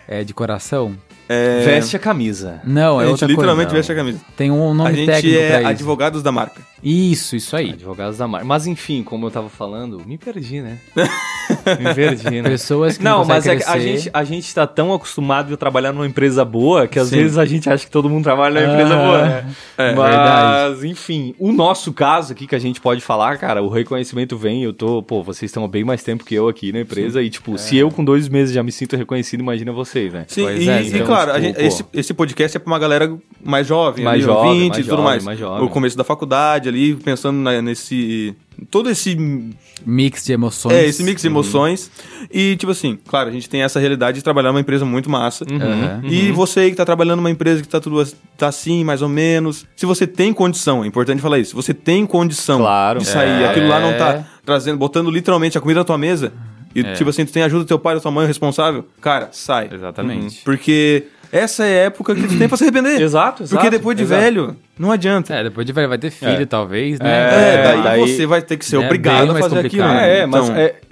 [SPEAKER 3] é de coração?
[SPEAKER 4] Veste a camisa.
[SPEAKER 3] Não, é
[SPEAKER 2] a gente
[SPEAKER 3] outra
[SPEAKER 2] literalmente
[SPEAKER 3] coisa.
[SPEAKER 2] veste a camisa.
[SPEAKER 3] Tem um nome
[SPEAKER 2] a gente
[SPEAKER 3] técnico pra
[SPEAKER 2] é
[SPEAKER 3] isso.
[SPEAKER 2] advogados da marca.
[SPEAKER 3] Isso, isso aí.
[SPEAKER 4] Advogados da marca. Mas enfim, como eu tava falando, me perdi, né? me perdi, né?
[SPEAKER 3] Pessoas que não,
[SPEAKER 4] Não, mas é
[SPEAKER 3] conseguem
[SPEAKER 4] que a
[SPEAKER 3] crescer.
[SPEAKER 4] gente, a gente tá tão acostumado a trabalhar numa empresa boa que às
[SPEAKER 2] Sim. é
[SPEAKER 4] vezes a gente acha que todo mundo trabalha numa empresa
[SPEAKER 3] Ah,
[SPEAKER 4] boa, né? mas,
[SPEAKER 3] verdade.
[SPEAKER 4] enfim, o nosso caso aqui que a gente pode falar, cara, o reconhecimento vem, eu tô, pô, vocês estão há bem mais tempo que eu aqui na empresa e, tipo, se eu com dois meses já me sinto reconhecido, imagina vocês, né?
[SPEAKER 2] É. Sim,
[SPEAKER 3] Pois
[SPEAKER 2] e,
[SPEAKER 3] é,
[SPEAKER 2] e
[SPEAKER 3] então,
[SPEAKER 2] claro, a
[SPEAKER 4] tipo,
[SPEAKER 2] gente- esse, esse podcast é pra uma galera mais jovem,
[SPEAKER 4] Mais
[SPEAKER 2] ali, ó,
[SPEAKER 4] jovem,
[SPEAKER 2] 20
[SPEAKER 4] mais
[SPEAKER 2] e tudo
[SPEAKER 4] jovem,
[SPEAKER 2] mais.
[SPEAKER 4] mais jovem.
[SPEAKER 2] O começo da faculdade ali, pensando na- nesse. Todo esse.
[SPEAKER 3] Mix de emoções.
[SPEAKER 2] É, esse mix
[SPEAKER 4] uhum.
[SPEAKER 2] de emoções. E, tipo assim, claro, a gente tem essa realidade de trabalhar numa empresa muito massa.
[SPEAKER 3] Uhum.
[SPEAKER 2] E você aí que tá trabalhando numa empresa que tá tudo as- tá assim, mais ou menos. Se você tem condição, é importante falar isso. Se você tem condição
[SPEAKER 4] Claro.
[SPEAKER 2] de sair,
[SPEAKER 3] É.
[SPEAKER 2] aquilo lá não tá trazendo, botando literalmente a comida na tua mesa. E,
[SPEAKER 4] É.
[SPEAKER 2] tipo assim, tu tem a ajuda do teu pai ou tua mãe responsável, cara, sai. Uhum.
[SPEAKER 3] Exatamente.
[SPEAKER 2] Porque essa é a época que tu tem pra se arrepender.
[SPEAKER 4] Exato, exato.
[SPEAKER 2] Porque depois de
[SPEAKER 4] exato.
[SPEAKER 2] velho, não adianta.
[SPEAKER 3] É, depois de velho vai ter filho, talvez, né?
[SPEAKER 2] É,
[SPEAKER 4] É,
[SPEAKER 2] daí,
[SPEAKER 4] daí-
[SPEAKER 2] você vai ter que ser
[SPEAKER 3] É bem
[SPEAKER 2] obrigado a
[SPEAKER 3] mais
[SPEAKER 2] fazer aquilo.
[SPEAKER 3] complicado.
[SPEAKER 2] né?
[SPEAKER 4] É, é, mas
[SPEAKER 2] Então,
[SPEAKER 4] é, t-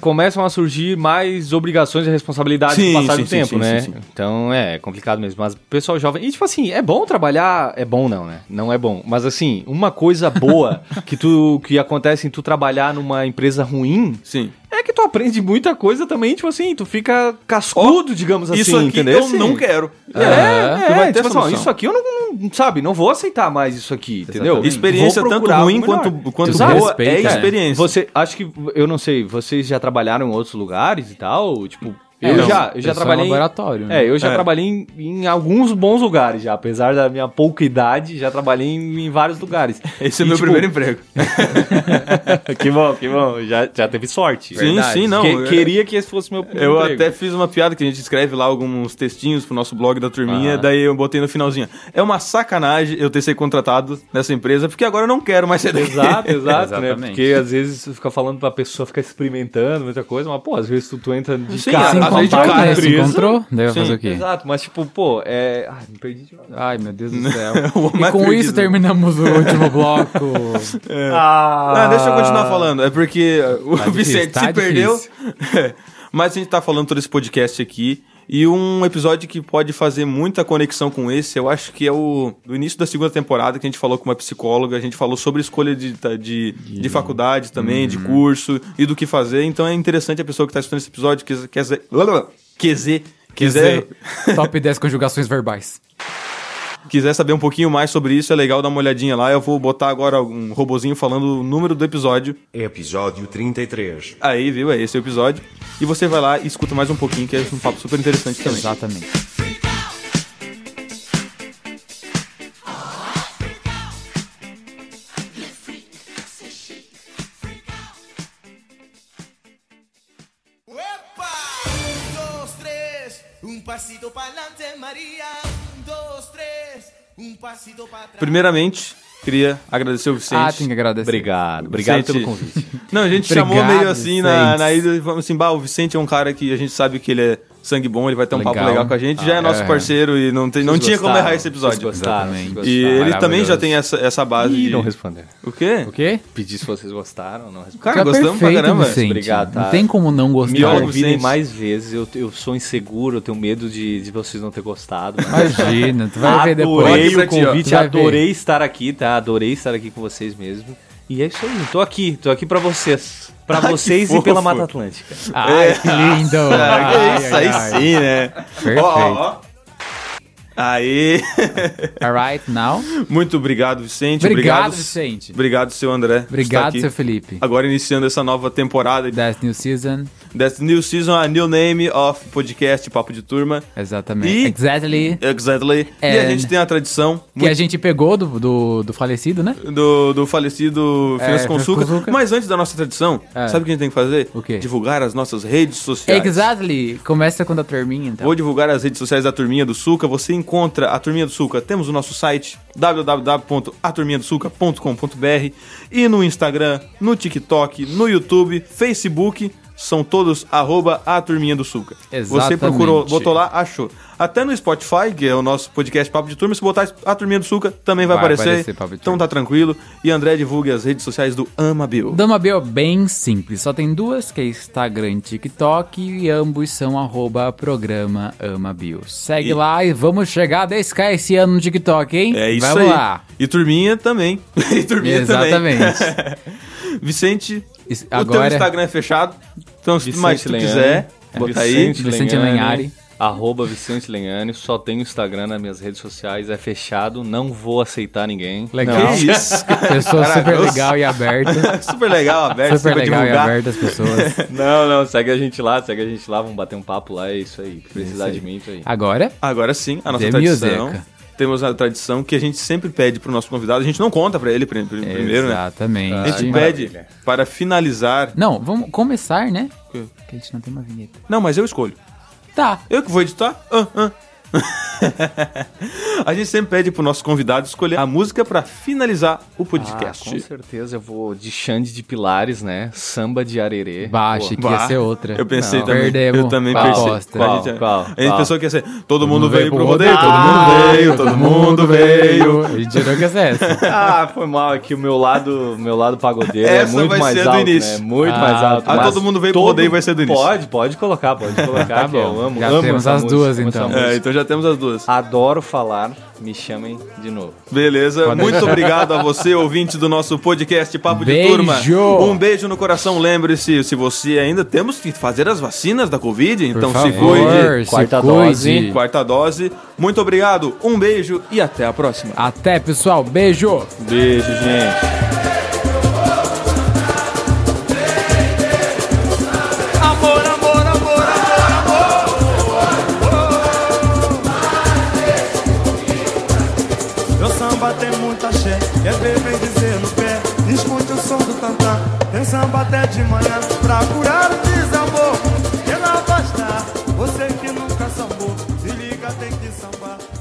[SPEAKER 4] começam a surgir mais obrigações e responsabilidades
[SPEAKER 2] Sim,
[SPEAKER 4] com o passar
[SPEAKER 2] sim,
[SPEAKER 4] do
[SPEAKER 2] sim,
[SPEAKER 4] tempo,
[SPEAKER 2] sim,
[SPEAKER 4] né?
[SPEAKER 2] sim, sim.
[SPEAKER 4] Então é complicado mesmo. Mas o pessoal jovem. E tipo assim, é bom trabalhar. É bom não, né? Não é bom. Mas assim, uma coisa boa que, tu, que acontece em tu trabalhar numa empresa ruim.
[SPEAKER 2] Sim.
[SPEAKER 4] É que tu aprende muita coisa também, tipo assim, tu fica cascudo, digamos assim,
[SPEAKER 2] Isso aqui
[SPEAKER 4] entendeu?
[SPEAKER 2] eu
[SPEAKER 4] Assim,
[SPEAKER 2] não quero.
[SPEAKER 4] É, é,
[SPEAKER 2] Tu vai ter
[SPEAKER 4] tipo assim, ó,
[SPEAKER 2] solução.
[SPEAKER 4] isso aqui eu não, não- sabe, não vou aceitar mais isso aqui, entendeu?
[SPEAKER 3] Exatamente.
[SPEAKER 2] Experiência
[SPEAKER 4] Vou
[SPEAKER 2] tanto
[SPEAKER 4] procurar
[SPEAKER 2] ruim
[SPEAKER 4] algo melhor.
[SPEAKER 2] quanto, quanto
[SPEAKER 4] Exato.
[SPEAKER 2] boa é
[SPEAKER 3] Respeita, é.
[SPEAKER 2] experiência.
[SPEAKER 4] Você, acho que, eu não sei, vocês já trabalharam em outros lugares e tal? Tipo, eu
[SPEAKER 3] não.
[SPEAKER 4] já, eu já
[SPEAKER 3] Pessoal
[SPEAKER 4] trabalhei. em-
[SPEAKER 3] é um laboratório. né?
[SPEAKER 4] É, eu já
[SPEAKER 2] É.
[SPEAKER 4] trabalhei em, em alguns bons lugares já, apesar da minha pouca idade, já trabalhei em, em vários lugares.
[SPEAKER 2] Esse é
[SPEAKER 4] E,
[SPEAKER 2] meu
[SPEAKER 4] tipo,
[SPEAKER 2] primeiro emprego.
[SPEAKER 4] que bom, que bom, já, já teve sorte.
[SPEAKER 2] Sim, sim, não,
[SPEAKER 4] Que-
[SPEAKER 2] eu-
[SPEAKER 4] Queria que esse fosse meu primeiro
[SPEAKER 2] Eu
[SPEAKER 4] emprego.
[SPEAKER 2] até fiz uma piada que a gente escreve lá alguns textinhos pro nosso blog da turminha,
[SPEAKER 4] Ah.
[SPEAKER 2] daí eu botei no finalzinho. É uma sacanagem eu ter sido contratado nessa empresa, porque agora eu não quero mais ser daqui.
[SPEAKER 4] Exato, exato, né?
[SPEAKER 3] Exatamente.
[SPEAKER 4] Porque às vezes tu fica falando pra pessoa ficar experimentando muita coisa, mas pô, às vezes tu, tu entra de
[SPEAKER 2] Sim,
[SPEAKER 4] cara
[SPEAKER 2] às
[SPEAKER 3] se
[SPEAKER 2] a- a
[SPEAKER 4] numa
[SPEAKER 2] vezes gente
[SPEAKER 3] encontrou,
[SPEAKER 2] cara,
[SPEAKER 3] né?
[SPEAKER 4] empresa.
[SPEAKER 3] Se encontrou, daí vai
[SPEAKER 2] Sim,
[SPEAKER 3] fazer o quê?
[SPEAKER 4] Exato, mas tipo, pô, é. Ai, me perdi de novo.
[SPEAKER 3] Ai, meu Deus do céu.
[SPEAKER 2] O homem
[SPEAKER 3] e
[SPEAKER 4] é
[SPEAKER 3] com
[SPEAKER 2] perdido.
[SPEAKER 3] isso terminamos o último bloco.
[SPEAKER 2] Ah, deixa eu continuar falando. É porque uh, o
[SPEAKER 3] Tá difícil,
[SPEAKER 2] Vicente
[SPEAKER 3] tá
[SPEAKER 2] se
[SPEAKER 3] difícil.
[SPEAKER 2] perdeu. Mas a gente tá falando todo esse podcast aqui. E um episódio que pode fazer muita conexão com esse, eu acho que é o do início da segunda temporada, que a gente falou com uma psicóloga, a gente falou sobre escolha de, ta- de, de faculdade também, de curso e do que fazer. Então é interessante a pessoa que tá assistindo esse episódio, quer quer dizer. Quer dizer. Quiser,
[SPEAKER 3] Top 10 conjugações verbais.
[SPEAKER 2] quiser saber um pouquinho mais sobre isso, é legal dar uma olhadinha lá. Eu vou botar agora um robozinho falando o número do episódio
[SPEAKER 9] Episódio 33.
[SPEAKER 2] Aí, viu? É esse o episódio. E você vai lá e escuta mais um pouquinho, que é um papo super interessante também.
[SPEAKER 3] Exatamente.
[SPEAKER 10] ¡Epa! Um, Un, dos, tres, un Um pasito Um, para adelante, María. Un, dos, tres, un Um pasito para atrás.
[SPEAKER 2] Primeiramente, queria agradecer o Vicente.
[SPEAKER 3] Ah, tem que agradecer.
[SPEAKER 4] Obrigado, obrigado
[SPEAKER 2] Vicente-
[SPEAKER 4] pelo convite.
[SPEAKER 2] Não, a gente
[SPEAKER 3] Obrigado,
[SPEAKER 2] chamou meio assim na,
[SPEAKER 3] Vicente.
[SPEAKER 2] na ida e falamos assim, bah, o Vicente é um cara que a gente sabe que ele é Sangue Bom, ele vai ter um papo
[SPEAKER 3] Legal.
[SPEAKER 2] legal com a gente. Já é
[SPEAKER 3] Ah,
[SPEAKER 2] nosso
[SPEAKER 3] é.
[SPEAKER 2] parceiro e não, tem, não tinha como errar esse episódio. Tá.
[SPEAKER 4] Exatamente.
[SPEAKER 3] Exatamente.
[SPEAKER 2] E ele também
[SPEAKER 3] Maravilhoso.
[SPEAKER 2] já tem essa, essa base
[SPEAKER 4] Ih,
[SPEAKER 2] de...
[SPEAKER 4] não responderam.
[SPEAKER 2] O quê?
[SPEAKER 3] O quê?
[SPEAKER 4] Pedir se vocês gostaram, não responderam.
[SPEAKER 2] Cara, gostamos pra caramba.
[SPEAKER 3] Vicente.
[SPEAKER 4] Obrigado, tá?
[SPEAKER 3] Não tem como não gostar.
[SPEAKER 4] Me
[SPEAKER 2] Biólogo
[SPEAKER 4] ouvirem
[SPEAKER 2] Vicente.
[SPEAKER 4] mais vezes, eu, eu sou inseguro, eu tenho medo de, de vocês não ter gostado.
[SPEAKER 3] Imagina, tu vai ver depois.
[SPEAKER 4] adorei
[SPEAKER 2] Olha isso
[SPEAKER 4] o
[SPEAKER 2] aqui, ó.
[SPEAKER 4] convite,
[SPEAKER 3] Tu vai ver.
[SPEAKER 4] adorei estar aqui, tá? Adorei estar aqui com vocês mesmo. E é isso aí, tô aqui, tô aqui pra vocês. Pra vocês e
[SPEAKER 2] fofo.
[SPEAKER 4] pela Mata Atlântica.
[SPEAKER 3] Ai, que lindo.
[SPEAKER 2] Ah,
[SPEAKER 4] É
[SPEAKER 3] Ai,
[SPEAKER 2] que isso,
[SPEAKER 3] ai,
[SPEAKER 2] aí
[SPEAKER 3] ai.
[SPEAKER 2] sim, né?
[SPEAKER 3] Perfeito.
[SPEAKER 2] Ó, ó, ó. Aí.
[SPEAKER 3] All right, now.
[SPEAKER 2] Muito obrigado, Vicente.
[SPEAKER 3] Obrigado, Vicente.
[SPEAKER 2] Obrigado, seu André. por estar
[SPEAKER 3] Obrigado,
[SPEAKER 2] aqui.
[SPEAKER 3] seu Felipe.
[SPEAKER 2] Agora iniciando essa nova temporada
[SPEAKER 3] That's new season.
[SPEAKER 2] That's New Season, a new name of podcast Papo de Turma.
[SPEAKER 3] Exatamente.
[SPEAKER 2] E-
[SPEAKER 3] Exactly.
[SPEAKER 2] Exactly. E a
[SPEAKER 3] And-
[SPEAKER 2] gente tem a tradição
[SPEAKER 3] Que a
[SPEAKER 2] muito
[SPEAKER 3] gente pegou do, do, do falecido, né?
[SPEAKER 2] do, do falecido Finanças com
[SPEAKER 3] É, Finanças com
[SPEAKER 2] Açúcar.
[SPEAKER 3] Açúcar.
[SPEAKER 2] Mas antes da nossa tradição,
[SPEAKER 3] É.
[SPEAKER 2] sabe o que a gente tem que fazer?
[SPEAKER 3] O quê?
[SPEAKER 2] Divulgar as nossas redes sociais.
[SPEAKER 3] Exactly. Começa quando a turminha, então.
[SPEAKER 2] Vou divulgar as redes sociais da Turminha do Suca. Você encontra a Turminha do Suca. Temos o nosso site www.aturminhadosuca.com.br e no Instagram, no TikTok, no YouTube, Facebook. São todos arroba a Turminha do Suca. Você
[SPEAKER 3] Exatamente.
[SPEAKER 2] procurou, botou lá, achou. Até no Spotify, que é o nosso podcast Papo de Turma, se botar a Turminha do Suca, também vai,
[SPEAKER 3] Vai
[SPEAKER 2] aparecer.
[SPEAKER 3] aparecer, Papo de
[SPEAKER 2] então
[SPEAKER 3] Turma.
[SPEAKER 2] tá tranquilo. E André divulgue as redes sociais do Amabio.
[SPEAKER 3] Dama Bio bem simples, só tem duas, que é Instagram e TikTok, e ambos são arroba programa Ama Bio. Segue
[SPEAKER 2] E-
[SPEAKER 3] lá e vamos chegar a 10k esse ano no TikTok, hein?
[SPEAKER 2] É isso
[SPEAKER 3] vamos
[SPEAKER 2] aí.
[SPEAKER 3] lá.
[SPEAKER 2] E Turminha também. e Turminha também.
[SPEAKER 3] Exatamente.
[SPEAKER 2] Vicente,
[SPEAKER 3] Isso,
[SPEAKER 2] o
[SPEAKER 3] agora-
[SPEAKER 2] teu Instagram é fechado. Então, se tu- mas se tu
[SPEAKER 4] Lenhane.
[SPEAKER 2] quiser,
[SPEAKER 4] É,
[SPEAKER 2] botar aí.
[SPEAKER 4] Vicente,
[SPEAKER 3] Vicente
[SPEAKER 4] Lenhane.
[SPEAKER 3] Lenhari.
[SPEAKER 4] Arroba Vicente Lenhane, só tenho Instagram nas minhas redes sociais, é fechado, não vou aceitar ninguém.
[SPEAKER 3] Legal.
[SPEAKER 2] Que isso, cara.
[SPEAKER 3] Pessoa
[SPEAKER 2] Caraca,
[SPEAKER 3] super
[SPEAKER 2] eu-
[SPEAKER 3] legal e aberta.
[SPEAKER 2] Super legal, aberto,
[SPEAKER 3] super
[SPEAKER 2] super
[SPEAKER 3] legal e
[SPEAKER 2] divulgar.
[SPEAKER 3] aberta as pessoas.
[SPEAKER 4] Não, não, segue a gente lá, segue a gente lá, vamos bater um papo lá, é isso aí. Precisar
[SPEAKER 3] aí.
[SPEAKER 4] de mim, isso aí.
[SPEAKER 3] Agora,
[SPEAKER 2] Agora sim, a nossa
[SPEAKER 3] The
[SPEAKER 2] tradição.
[SPEAKER 3] Music.
[SPEAKER 2] Temos a tradição que a gente sempre pede pro nosso convidado. A gente não conta pra ele prim- prim- primeiro, né?
[SPEAKER 3] exatamente.
[SPEAKER 2] A gente pede
[SPEAKER 3] É.
[SPEAKER 4] maravilha.
[SPEAKER 2] para finalizar.
[SPEAKER 3] Não, vamos começar, né?
[SPEAKER 2] quê?
[SPEAKER 3] Que a gente não tem uma vinheta.
[SPEAKER 2] Não, mas eu escolho.
[SPEAKER 3] Tá.
[SPEAKER 2] Eu que vou editar? Ah, ah. a gente sempre pede pro nosso convidado escolher a música pra finalizar o
[SPEAKER 4] Ah, com
[SPEAKER 2] podcast.
[SPEAKER 4] certeza eu vou de Xande de Pilares, né? Samba de Arerê.
[SPEAKER 3] Baixa, que
[SPEAKER 2] bah,
[SPEAKER 3] ia ser outra.
[SPEAKER 2] eu pensei
[SPEAKER 3] Não,
[SPEAKER 2] também.
[SPEAKER 3] Perdemos.
[SPEAKER 2] Eu também
[SPEAKER 3] a
[SPEAKER 2] pensei.
[SPEAKER 3] aposta.
[SPEAKER 4] Qual?
[SPEAKER 2] a gente,
[SPEAKER 4] qual,
[SPEAKER 2] a gente
[SPEAKER 4] qual?
[SPEAKER 2] pensou que ia ser. Todo mundo veio pro rodeio, todo
[SPEAKER 3] Ah,
[SPEAKER 2] mundo veio, todo mundo veio.
[SPEAKER 3] A gente jurou que ia ser essa.
[SPEAKER 4] Ah, foi mal aqui o meu lado, meu lado pagodeiro é
[SPEAKER 2] Essa
[SPEAKER 4] muito
[SPEAKER 2] vai
[SPEAKER 4] mais
[SPEAKER 2] ser do
[SPEAKER 4] alto,
[SPEAKER 2] início.
[SPEAKER 4] né? Muito
[SPEAKER 3] Ah,
[SPEAKER 4] mais alto.
[SPEAKER 2] Ah,
[SPEAKER 4] mas
[SPEAKER 2] todo mundo veio pro rodeio, vai ser do início.
[SPEAKER 4] Pode, pode colocar, pode colocar.
[SPEAKER 3] Tá
[SPEAKER 4] que
[SPEAKER 3] bom.
[SPEAKER 4] Eu amo,
[SPEAKER 3] Já
[SPEAKER 4] amo
[SPEAKER 3] temos
[SPEAKER 4] essa
[SPEAKER 3] as
[SPEAKER 4] música,
[SPEAKER 3] duas,
[SPEAKER 4] amo essa
[SPEAKER 3] então.
[SPEAKER 4] música.
[SPEAKER 2] É, então já temos as duas.
[SPEAKER 4] Adoro falar, me chamem de novo.
[SPEAKER 2] Beleza, muito obrigado a você, ouvinte do nosso podcast Papo de
[SPEAKER 3] Beijo!
[SPEAKER 2] Turma. Um beijo no coração. Lembre-se, se você ainda temos que fazer as vacinas da Covid,
[SPEAKER 3] Por
[SPEAKER 2] então se
[SPEAKER 3] favor,
[SPEAKER 2] cuide.
[SPEAKER 4] Quarta
[SPEAKER 3] cuide.
[SPEAKER 2] Quarta dose. Muito obrigado, um beijo e até a próxima.
[SPEAKER 3] Até, pessoal. Beijo.
[SPEAKER 4] Beijo, gente.
[SPEAKER 5] Amor, amor, amor, amor, amor.
[SPEAKER 10] Meu samba tem muita axé, é bebê dizer no pé. Escute o som do cantar, tem samba até de manhã. Pra curar o desamor, ela vai estar. Você que nunca sambou, se liga, tem que sambar. é